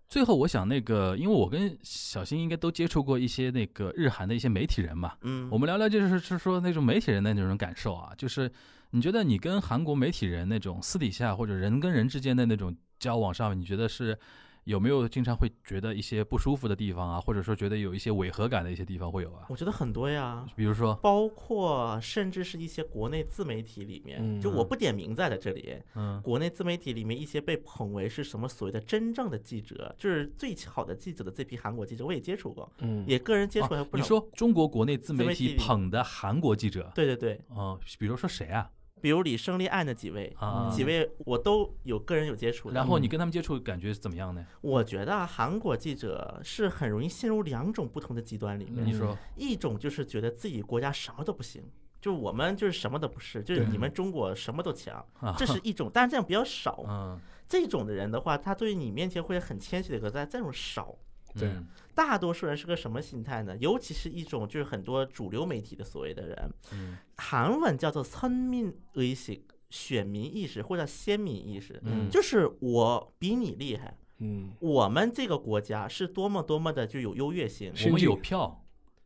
Speaker 2: 最后，我想那个，因为我跟小新应该都接触过一些那个日韩的一些媒体人嘛，
Speaker 4: 嗯，
Speaker 2: 我们聊聊就是是说那种媒体人的那种感受啊，就是你觉得你跟韩国媒体人那种私底下或者人跟人之间的那种交往上面，你觉得是有没有经常会觉得一些不舒服的地方啊，或者说觉得有一些违和感的一些地方会有啊？
Speaker 4: 我觉得很多呀，
Speaker 2: 比如说，
Speaker 4: 包括甚至是一些国内自媒体里面，
Speaker 3: 嗯
Speaker 4: 就我不点名在了这里，
Speaker 2: 嗯
Speaker 4: 国内自媒体里面一些被捧为是什么所谓的真正的记者，就是最好的记者的这批韩国记者，我也接触过，
Speaker 3: 嗯，
Speaker 4: 也个人接触还有
Speaker 2: 啊
Speaker 4: 不
Speaker 2: 你
Speaker 4: 少。
Speaker 2: 说中国国内自媒
Speaker 4: 自媒
Speaker 2: 体
Speaker 4: 体
Speaker 2: 捧的韩国记者，
Speaker 4: 对对对，
Speaker 2: 嗯，比如说谁啊？
Speaker 4: 比如李胜利案的几位，
Speaker 2: 啊，
Speaker 4: 嗯几位我都有个人有接触的。嗯
Speaker 2: 然后你跟他们接触感觉怎么样呢？
Speaker 4: 我觉得啊韩国记者是很容易陷入两种不同的极端里面，
Speaker 2: 你说，
Speaker 4: 一种就是觉得自己国家什么都不行。就是我们就是什么都不是，就是
Speaker 3: 对
Speaker 4: 你们中国什么都强
Speaker 2: 啊，
Speaker 4: 嗯这是一种，但是这样比较少。
Speaker 2: 嗯，
Speaker 4: 这种的人的话，他对你面前会很谦虚的一个，但这种少。
Speaker 3: 对
Speaker 2: 嗯
Speaker 4: 大多数人是个什么心态呢？尤其是一种就是很多主流媒体的所谓的人，
Speaker 2: 嗯
Speaker 4: 韩文叫做村民의식，选民意识或者先民意识，
Speaker 2: 嗯
Speaker 4: 就是我比你厉害，
Speaker 3: 嗯，
Speaker 4: 我们这个国家是多么多么的就有优越性，
Speaker 2: 我
Speaker 3: 先
Speaker 2: 们
Speaker 3: 进
Speaker 2: 有票，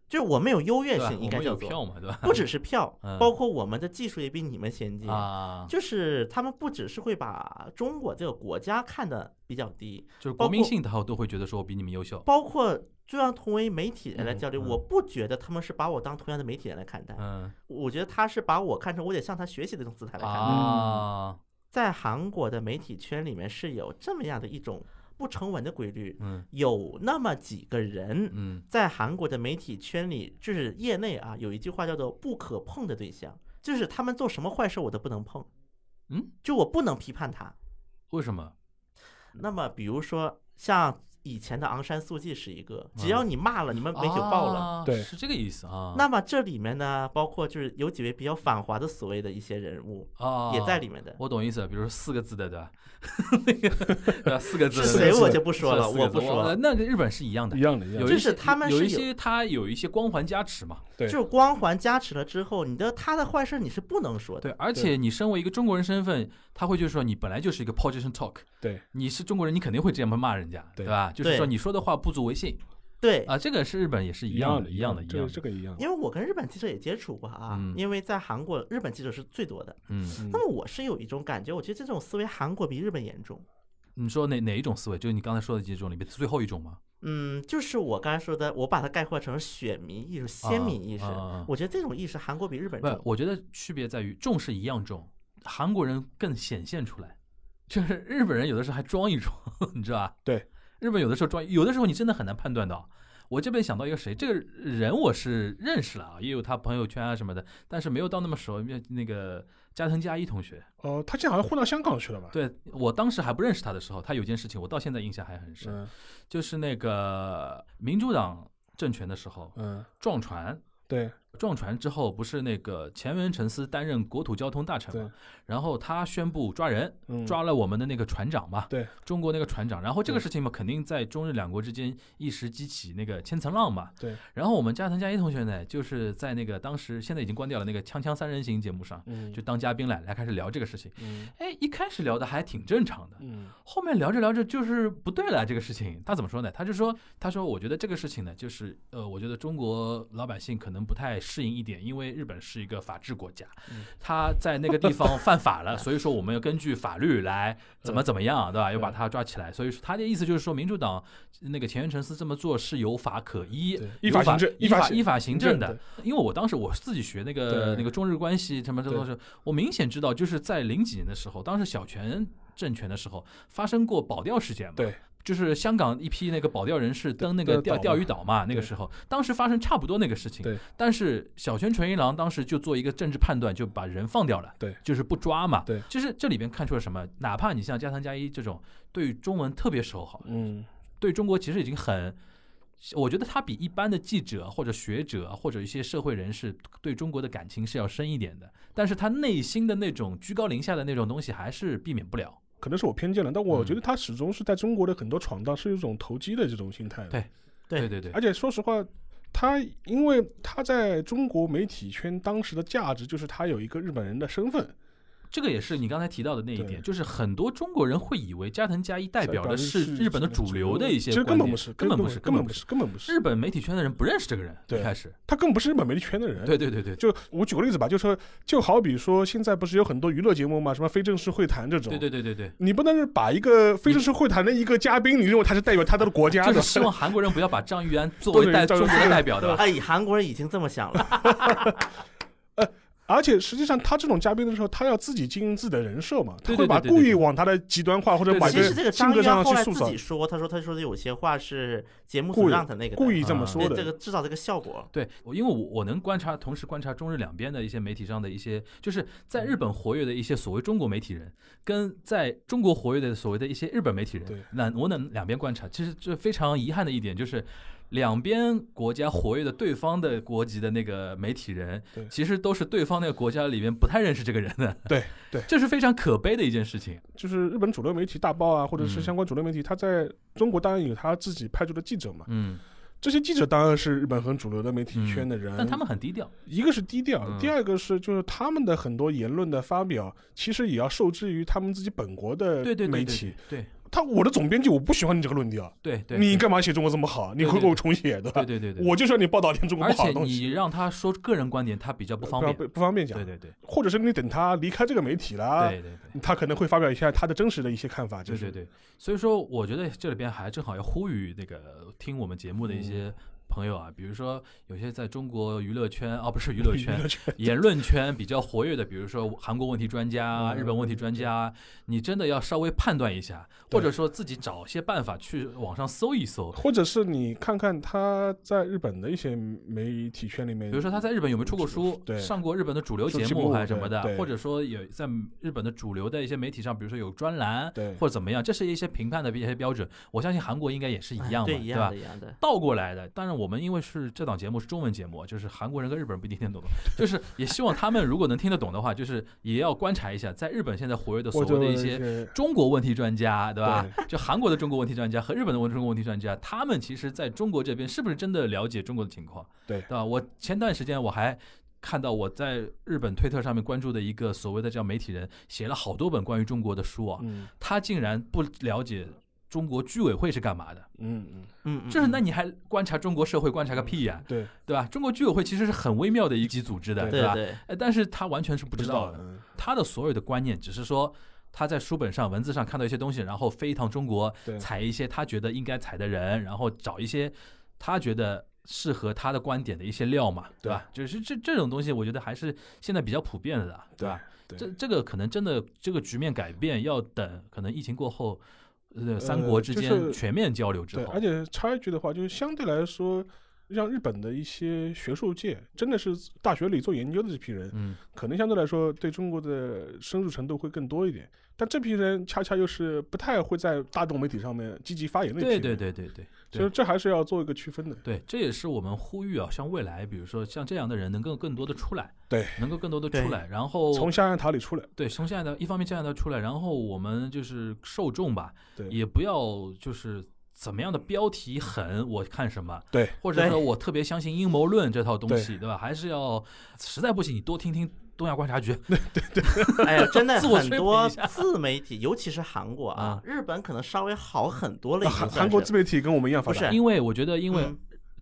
Speaker 4: 就是我们有优越
Speaker 2: 对吧？
Speaker 4: 性，
Speaker 2: 我
Speaker 4: 应该
Speaker 2: 们有
Speaker 4: 叫做
Speaker 2: 票嘛，对吧？
Speaker 4: 不只是票
Speaker 2: 嗯，
Speaker 4: 包括我们的技术也比你们先进。
Speaker 2: 啊，
Speaker 4: 就是他们不只是会把中国这个国家看得比较低，
Speaker 2: 就是
Speaker 4: 包
Speaker 2: 国民
Speaker 4: 括
Speaker 2: 性，他都会觉得说我比你们优秀。
Speaker 4: 包括就让同为媒体人来
Speaker 2: 嗯
Speaker 4: 交流，
Speaker 2: 嗯
Speaker 4: 我不觉得他们是把我当同样的媒体人来看待，
Speaker 2: 嗯
Speaker 4: 我觉得他是把我看成我得向他学习的这种姿态来看待。
Speaker 2: 啊，
Speaker 4: 在韩国的媒体圈里面是有这么样的一种不成文的规律，
Speaker 2: 嗯
Speaker 4: 有那么几个人
Speaker 2: 嗯
Speaker 4: 在韩国的媒体圈里，就是业内啊，有一句话叫做“不可碰的对象”，就是他们做什么坏事我都不能碰，
Speaker 2: 嗯，
Speaker 4: 就我不能批判他。
Speaker 2: 为什么？
Speaker 4: 那么比如说像以前的昂山素季是一个，
Speaker 2: 嗯
Speaker 4: 只要你骂了，你们媒体就爆了。
Speaker 2: 啊
Speaker 3: 对
Speaker 2: 是这个意思啊。
Speaker 4: 那么这里面呢，包括就是有几位比较反华的所谓的一些人物
Speaker 2: 啊
Speaker 4: 也在里面的。
Speaker 2: 我懂意思，比如说四个字的，对吧？ 那个对吧四个字
Speaker 4: 是
Speaker 2: 的
Speaker 4: 谁
Speaker 3: 是
Speaker 4: 我就不说
Speaker 2: 是
Speaker 4: 了，
Speaker 2: 四个
Speaker 4: 我不
Speaker 2: 字
Speaker 4: 说
Speaker 2: 呃
Speaker 4: 了。
Speaker 2: 那个日本是一样的
Speaker 3: 嗯一，样的，一样
Speaker 2: 有
Speaker 3: 的。
Speaker 2: 一
Speaker 4: 就是
Speaker 2: 些
Speaker 4: 他们
Speaker 2: 有
Speaker 4: 是
Speaker 2: 一
Speaker 4: 有
Speaker 2: 些它有一些光环加持嘛。
Speaker 3: 对
Speaker 4: 就是光环加持了之后，你的他的坏事你是不能说的。
Speaker 2: 对，而且你身为一个中国人身份，他会就是说你本来就是一个 position talk，
Speaker 3: 对，
Speaker 2: 你是中国人，你肯定会这样骂人家，
Speaker 3: 对
Speaker 2: 吧？就是
Speaker 4: 对
Speaker 2: 说你说的话不足为信
Speaker 4: 对，
Speaker 2: 啊，这个是日本也是一样
Speaker 3: 样
Speaker 2: 的，
Speaker 3: 的，
Speaker 2: 一样的，一
Speaker 3: 这
Speaker 2: 样
Speaker 3: 个这
Speaker 2: 的。
Speaker 3: 个一样。
Speaker 4: 因为我跟日本记者也接触过啊，
Speaker 2: 嗯
Speaker 4: 因为在韩国日本记者是最多的。
Speaker 2: 嗯，
Speaker 3: 嗯
Speaker 4: 那么我是有一种感觉，我觉得这种思维韩国比日本严重。
Speaker 2: 你说哪哪一种思维？就是你刚才说的几种里面最后一种吗？
Speaker 4: 嗯，就是我刚才说的，我把它概括成选民意识、先民意识。
Speaker 2: 啊啊啊
Speaker 4: 我觉得这种意识韩国比日本
Speaker 2: 不
Speaker 4: 重，。
Speaker 2: 我觉得区别在于重是一样重，韩国人更显现出来，就是日本人有的时候还装一装， 你知道吧？
Speaker 3: 对，
Speaker 2: 日本有的时候装，有的时候你真的很难判断到。我这边想到一个谁，这个人我是认识了啊，也有他朋友圈啊什么的，但是没有到那么熟。那个加藤加一同学，
Speaker 3: 哦，他现在好像混到香港去了吧？
Speaker 2: 对我当时还不认识他的时候，他有件事情我到现在印象还很深，
Speaker 3: 嗯
Speaker 2: 就是那个民主党政权的时候
Speaker 3: 嗯，
Speaker 2: 撞船，
Speaker 3: 对
Speaker 2: 撞船之后，不是那个前原诚司担任国土交通大臣嘛
Speaker 3: 对？
Speaker 2: 然后他宣布抓人，
Speaker 3: 嗯
Speaker 2: 抓了我们的那个船长嘛，
Speaker 3: 对，
Speaker 2: 中国那个船长。然后这个
Speaker 3: 对
Speaker 2: 事情嘛，肯定在中日两国之间一时激起那个千层浪嘛。
Speaker 3: 对。
Speaker 2: 然后我们加藤加一同学呢，就是在那个当时现在已经关掉了那个《锵锵三人行》节目上，
Speaker 3: 嗯
Speaker 2: 就当嘉宾来来开始聊这个事情。
Speaker 3: 嗯
Speaker 2: 哎，一开始聊的还挺正常的，
Speaker 3: 嗯
Speaker 2: 后面聊着聊着就是不对了，这个事情他怎么说呢？他就说，他说我觉得这个事情呢，就是呃，我觉得中国老百姓可能不太适应一点，因为日本是一个法治国家，他在那个地方犯法了， 所以说我们要根据法律来怎么怎么样，对吧？要把他抓起来。所以说他的意思就是说，民主党那个前原诚司这么做是有法可依
Speaker 3: 对，
Speaker 2: 有
Speaker 3: 依法行政
Speaker 2: 依
Speaker 3: 依法
Speaker 2: 法
Speaker 3: 行
Speaker 2: 依法行政的
Speaker 3: 政。
Speaker 2: 因为我当时我自己学那个
Speaker 3: 对
Speaker 2: 那个中日关系什么这东西，我明显知道，就是在零几年的时候，当时小泉政权的时候发生过保钓事件嘛。
Speaker 3: 对。
Speaker 2: 就是香港一批那个保钓人士登那个
Speaker 3: 对
Speaker 2: 钓
Speaker 3: 岛嘛
Speaker 2: 钓鱼岛嘛，那个
Speaker 3: 对
Speaker 2: 时候当时发生差不多那个事情，
Speaker 3: 对
Speaker 2: 但是小泉纯一郎当时就做一个政治判断，就把人放掉了，
Speaker 3: 对
Speaker 2: 就是不抓嘛，
Speaker 3: 对
Speaker 2: 就是这里边看出了什么？哪怕你像加藤加一这种对中文特别熟好，
Speaker 3: 嗯
Speaker 2: 对中国其实已经很，我觉得他比一般的记者或者学者或者一些社会人士对中国的感情是要深一点的，但是他内心的那种居高临下的那种东西还是避免不了。
Speaker 3: 可能是我偏见了，但
Speaker 2: 嗯
Speaker 3: 我觉得他始终是在中国的很多闯荡是一种投机的这种心态的。
Speaker 2: 对
Speaker 4: 对
Speaker 2: 对对
Speaker 3: 而且说实话，他因为他在中国媒体圈当时的价值就是他有一个日本人的身份，
Speaker 2: 这个也是你刚才提到的那一点，
Speaker 3: 对
Speaker 2: 就是很多中国人会以为加藤加一代表的是
Speaker 3: 是
Speaker 2: 日本的主流的一些
Speaker 3: 其实
Speaker 2: 观
Speaker 3: 根本
Speaker 2: 点
Speaker 3: 不，是，
Speaker 2: 根本不
Speaker 3: 不
Speaker 2: 是，
Speaker 3: 根本
Speaker 2: 不
Speaker 3: 不。是，根本不是，
Speaker 2: 日本媒体圈的人不认识这个人，
Speaker 3: 对
Speaker 2: 一开始，
Speaker 3: 他根本不是日本媒体圈的人。
Speaker 2: 对对对对，
Speaker 3: 就我举个例子吧，就说就好比说现在不是有很多娱乐节目嘛，什么非正式会谈这种，
Speaker 2: 对对对对对，
Speaker 3: 你不能是把一个非正式会谈的一个嘉宾，你认为他是代表他的国家
Speaker 2: 就
Speaker 3: 的，
Speaker 2: 是希望韩国人不要把张玉安作
Speaker 3: 都
Speaker 2: 为
Speaker 3: 是
Speaker 2: 代中
Speaker 3: 张玉
Speaker 2: 国的
Speaker 3: 安
Speaker 2: 代表，对吧？
Speaker 4: 哎，韩国人已经这么想了，
Speaker 3: 而且实际上他这种嘉宾的时候，他要自己经营自己的人设嘛，
Speaker 2: 对
Speaker 3: 他
Speaker 2: 对
Speaker 3: 会把
Speaker 2: 对对对
Speaker 3: 故意往他的极端化或者
Speaker 2: 对
Speaker 3: 把
Speaker 2: 对
Speaker 4: 其实这个
Speaker 3: 性
Speaker 4: 张
Speaker 3: 格
Speaker 4: 一
Speaker 3: 上
Speaker 4: 安后
Speaker 3: 去
Speaker 4: 来
Speaker 3: 塑
Speaker 4: 自
Speaker 3: 造
Speaker 4: 己，说，他说他说的有些话是节目
Speaker 3: 故
Speaker 4: 组
Speaker 3: 意
Speaker 4: 让他那个的
Speaker 3: 故意这
Speaker 2: 啊
Speaker 3: 么说
Speaker 4: 对
Speaker 3: 的。
Speaker 4: 这个制造这个效果。
Speaker 2: 对，我因为我我能观察，同时观察中日两边的一些媒体上的一些，就是在日本活跃的一些所谓中国媒体人，跟在中国活跃的所谓的一些日本媒体
Speaker 3: 对
Speaker 2: 人，那我能两边观察，其实这非常遗憾的一点就是。两边国家活跃的对方的国籍的那个媒体人
Speaker 3: 对，
Speaker 2: 其实都是对方那个国家里面不太认识这个人的，
Speaker 3: 对对
Speaker 2: 这是非常可悲的一件事情。
Speaker 3: 就是日本主流媒体大报啊，或者
Speaker 2: 嗯
Speaker 3: 是相关主流媒体，他在中国当然有他自己派驻的记者嘛，
Speaker 2: 嗯，
Speaker 3: 这些记者当然是日本很主流的媒体圈的人，
Speaker 2: 但他们很低调。
Speaker 3: 一个是低调，
Speaker 2: 嗯
Speaker 3: 第二个是就是他们的很多言论的发表，其实也要受制于他们自己本国的
Speaker 2: 对对对
Speaker 3: 呃媒
Speaker 2: 对
Speaker 3: 体。
Speaker 2: 对，
Speaker 3: 他我的总编辑我不喜欢你这个论调，
Speaker 2: 对对，
Speaker 3: 你干嘛写中国这么好？你
Speaker 2: 对
Speaker 3: 会
Speaker 2: 对
Speaker 3: 给我重写的，
Speaker 2: 对对对对，
Speaker 3: 我就说你报道点中国
Speaker 2: 而
Speaker 3: 不好
Speaker 2: 且
Speaker 3: 的东西，呃
Speaker 2: 你让他说个人观点，他比较不方便。
Speaker 3: 不不方便讲
Speaker 2: 对，对对
Speaker 3: 或者是你等他离开这个媒体了，
Speaker 2: 对对对。
Speaker 3: 他可能会发表一下他的真实的一些看啊法，就
Speaker 2: 对
Speaker 3: 是
Speaker 2: 对对，所以说我觉得这里边还正好要呼吁那个听我们节目的一
Speaker 3: 嗯
Speaker 2: 些朋友啊，比如说有些在中国娱乐圈啊，不是娱 乐圈，言论圈比较活跃的，比如说韩国问题专家啊、日本问题专家啊，你真的要稍微判断一下，或者说自己找些办法去网上搜一搜，
Speaker 3: 或者是你看看他在日本的一些媒体圈里面，
Speaker 2: 比如说他在日本有没有出过书，
Speaker 3: 对
Speaker 2: 上过日本的主流节
Speaker 3: 节
Speaker 2: 目
Speaker 3: 目
Speaker 2: 还是什么的
Speaker 3: 对，对
Speaker 2: 或者说有在日本的主流的一些媒体上，比如说有专栏
Speaker 3: 对
Speaker 2: 或者怎么样，这是一些评判的一些标准。我相信韩国应该也是一样嘛，
Speaker 4: 哎对，一
Speaker 2: 对
Speaker 4: 样
Speaker 2: 吧
Speaker 4: 的，？一样的。
Speaker 2: 倒过来的，当然我们因为是这档节目是中文节目，就是韩国人跟日本人不一定听得懂，就是也希望他们如果能听得懂的话，就是也要观察一下在日本现在活跃的所
Speaker 3: 或者
Speaker 2: 谓的一些
Speaker 3: 些
Speaker 2: 中国问题专家，对吧？ 就韩国的中国问题专家和日本的中国问题专家，他们其实在中国这边是不是真的了解中国的情况？
Speaker 3: 对
Speaker 2: 对吧？我前段时间我还。看到我在日本推特上面关注的一个所谓的叫媒体人，写了好多本关于中国的书啊，
Speaker 3: 嗯
Speaker 2: 他竟然不了解中国居委会是干嘛的，
Speaker 3: 嗯嗯，
Speaker 4: 嗯，嗯
Speaker 2: 就是
Speaker 4: 嗯
Speaker 2: 那你还观察中国社会观察个屁呀、
Speaker 3: 对
Speaker 2: 对吧？中国居委会其实是很微妙的一级组织的，
Speaker 4: 对
Speaker 2: 吧？
Speaker 4: 对，
Speaker 2: 哎，但是他完全是不
Speaker 3: 不
Speaker 2: 知道的，
Speaker 3: 嗯
Speaker 2: 他的所有的观念只是说他在书本上、文字上看到一些东西，然后飞一趟中国，
Speaker 3: 对
Speaker 2: 踩一些他觉得应该踩的人，然后找一些他觉得适合他的观点的一些料嘛，对吧？就是这这种东西，我觉得还是现在比较普遍的，对吧？
Speaker 3: 对
Speaker 2: 这这个可能真的这个局面改变要等可能疫情过后，呃，三国之
Speaker 3: 就
Speaker 2: 间
Speaker 3: 是
Speaker 2: 全面交流之
Speaker 3: 对，
Speaker 2: 后
Speaker 3: 而，且插一句的话，就是相对来说。让日本的一些学术界，真的是大学里做研究的这批人，
Speaker 2: 嗯，
Speaker 3: 可能相对来说对中国的深入程度会更多一点，但这批人恰恰又是不太会在大众媒体上面积极发言的一批
Speaker 2: 对
Speaker 3: 人，
Speaker 2: 对对对对。
Speaker 3: 所以这还是要做一个区分的。
Speaker 2: 对，这也是我们呼吁啊，像未来，比如说像这样的人能够更多的出来，
Speaker 3: 对，
Speaker 2: 能够更多的
Speaker 4: 对
Speaker 2: 出来，然后
Speaker 3: 从象牙塔里出来，
Speaker 2: 对从现在的一方面这样的出来，然后我们就是受众吧，
Speaker 3: 对
Speaker 2: 也不要就是怎么样的标题狠，我看什么，
Speaker 3: 对，
Speaker 2: 或者说
Speaker 4: 对
Speaker 2: 我特别相信阴谋论这套东
Speaker 3: 对
Speaker 2: 西，对吧？还是要实在不行，你多听听东亚观察局，
Speaker 4: 哎呀，真的
Speaker 2: 自我
Speaker 4: 很
Speaker 2: 吹捧
Speaker 4: 多
Speaker 2: 一下
Speaker 4: 自媒体，尤其是韩国啊，日本可能稍微好很多了已经
Speaker 3: 啊韩
Speaker 4: 算是。
Speaker 3: 韩国自媒体跟我们一样发
Speaker 4: 不
Speaker 3: 达，
Speaker 4: 是，
Speaker 2: 因为我觉得，因为
Speaker 4: 嗯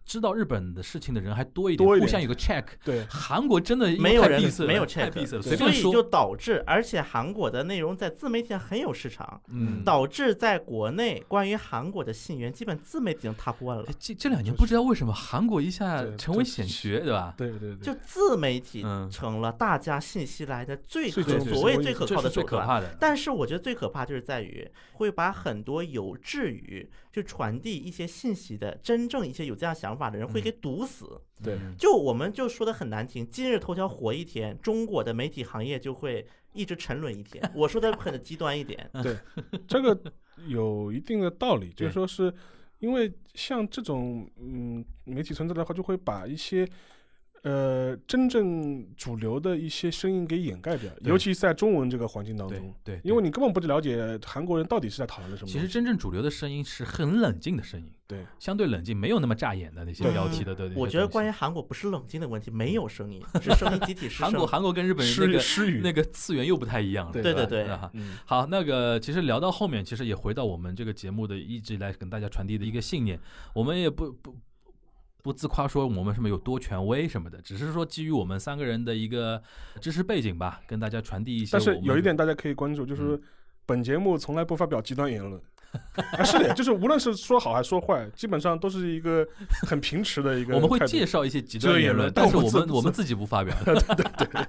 Speaker 2: 知道日本的事情的人还多一
Speaker 3: 多一
Speaker 2: 互
Speaker 3: 点
Speaker 2: 相有个 check。
Speaker 3: 对
Speaker 2: 韩国真的因为
Speaker 4: 没有
Speaker 2: 太
Speaker 4: 人
Speaker 2: 闭塞了
Speaker 4: 没有
Speaker 2: 太
Speaker 4: check，
Speaker 2: 闭塞了，
Speaker 3: 对
Speaker 2: 随
Speaker 4: 所
Speaker 2: 便
Speaker 4: 以就
Speaker 2: 说，
Speaker 4: 导致，而且韩国的内容在自媒体上很有市场，
Speaker 2: 嗯，
Speaker 4: 导致在国内关于韩国的信源基本自媒体已经 top one 了
Speaker 2: 哎，，这这两年不知道为什么韩国一下
Speaker 3: 对
Speaker 2: 成为显学，对吧？
Speaker 3: 对对
Speaker 4: 就
Speaker 3: 对，
Speaker 4: 自媒体
Speaker 2: 嗯
Speaker 4: 成了大家信息来的最可
Speaker 3: 最重要的
Speaker 4: 所谓
Speaker 3: 手
Speaker 4: 最
Speaker 3: 段
Speaker 4: 可
Speaker 2: 这
Speaker 4: 靠
Speaker 2: 是
Speaker 4: 的手
Speaker 2: 最可
Speaker 4: 段。
Speaker 2: 怕的。
Speaker 4: 但是我觉得最可怕就是在于会把很多有志于就传递一些信息的真正一些有这样想法的人会给堵死。
Speaker 3: 对
Speaker 2: 嗯
Speaker 4: 就我们就说的很难听，今日头条火一天，中国的媒体行业就会一直沉沦一 天。我说的可能极端一点，
Speaker 3: 这个有一定的道理，就
Speaker 2: 对
Speaker 3: 是说是因为像这种嗯媒体存在的话，就会把一些。呃，真正主流的一些声音给掩盖掉，
Speaker 2: 对
Speaker 3: 尤其在中文这个环境当
Speaker 2: 对
Speaker 4: 嗯
Speaker 3: 中，
Speaker 2: 对，
Speaker 3: 因为
Speaker 2: 你
Speaker 3: 你根本不了解韩国人到底是在讨论的什么
Speaker 2: 其
Speaker 3: 东
Speaker 2: 实
Speaker 3: 西。
Speaker 2: 真正主流的声音是很冷静的声音，
Speaker 3: 对，
Speaker 2: 相对冷静，没有那么扎眼的那些
Speaker 3: 对
Speaker 2: 标题的对。
Speaker 4: 我觉得关于
Speaker 2: 于
Speaker 4: 韩国不是冷静的问题，没有声音，是声音集体 失
Speaker 2: 韩国，
Speaker 4: 声。
Speaker 2: 韩国跟日本人
Speaker 3: 失
Speaker 2: 那
Speaker 3: 语
Speaker 2: 个
Speaker 3: 失语，
Speaker 2: 那个次元又不太一样了，啊
Speaker 3: 对
Speaker 2: 对
Speaker 4: 对
Speaker 2: 吧
Speaker 4: 对对
Speaker 2: 吧
Speaker 3: 嗯，
Speaker 2: 好，那个其实聊到后面，其实也回到我们这个节目的一直以来跟大家传递的一个信念，我们也不不不自夸说我们什么有多权威什么的，只是说基于我们三个人的一个知识背景吧，跟大家传递一些。
Speaker 3: 但是有一，点大家可以关注，就是
Speaker 2: 嗯
Speaker 3: 说本节目从来不发表极端言论。 啊，是的，就是无论是说好还是说坏，基本上都是一个很平实的一个态
Speaker 2: 我
Speaker 3: 度。
Speaker 2: 们会介绍一些极端言论，
Speaker 3: 这个
Speaker 2: 但
Speaker 3: 言论
Speaker 2: 是我
Speaker 3: 但
Speaker 2: 们
Speaker 3: 我们自
Speaker 2: 我们自己不发表， 对对对，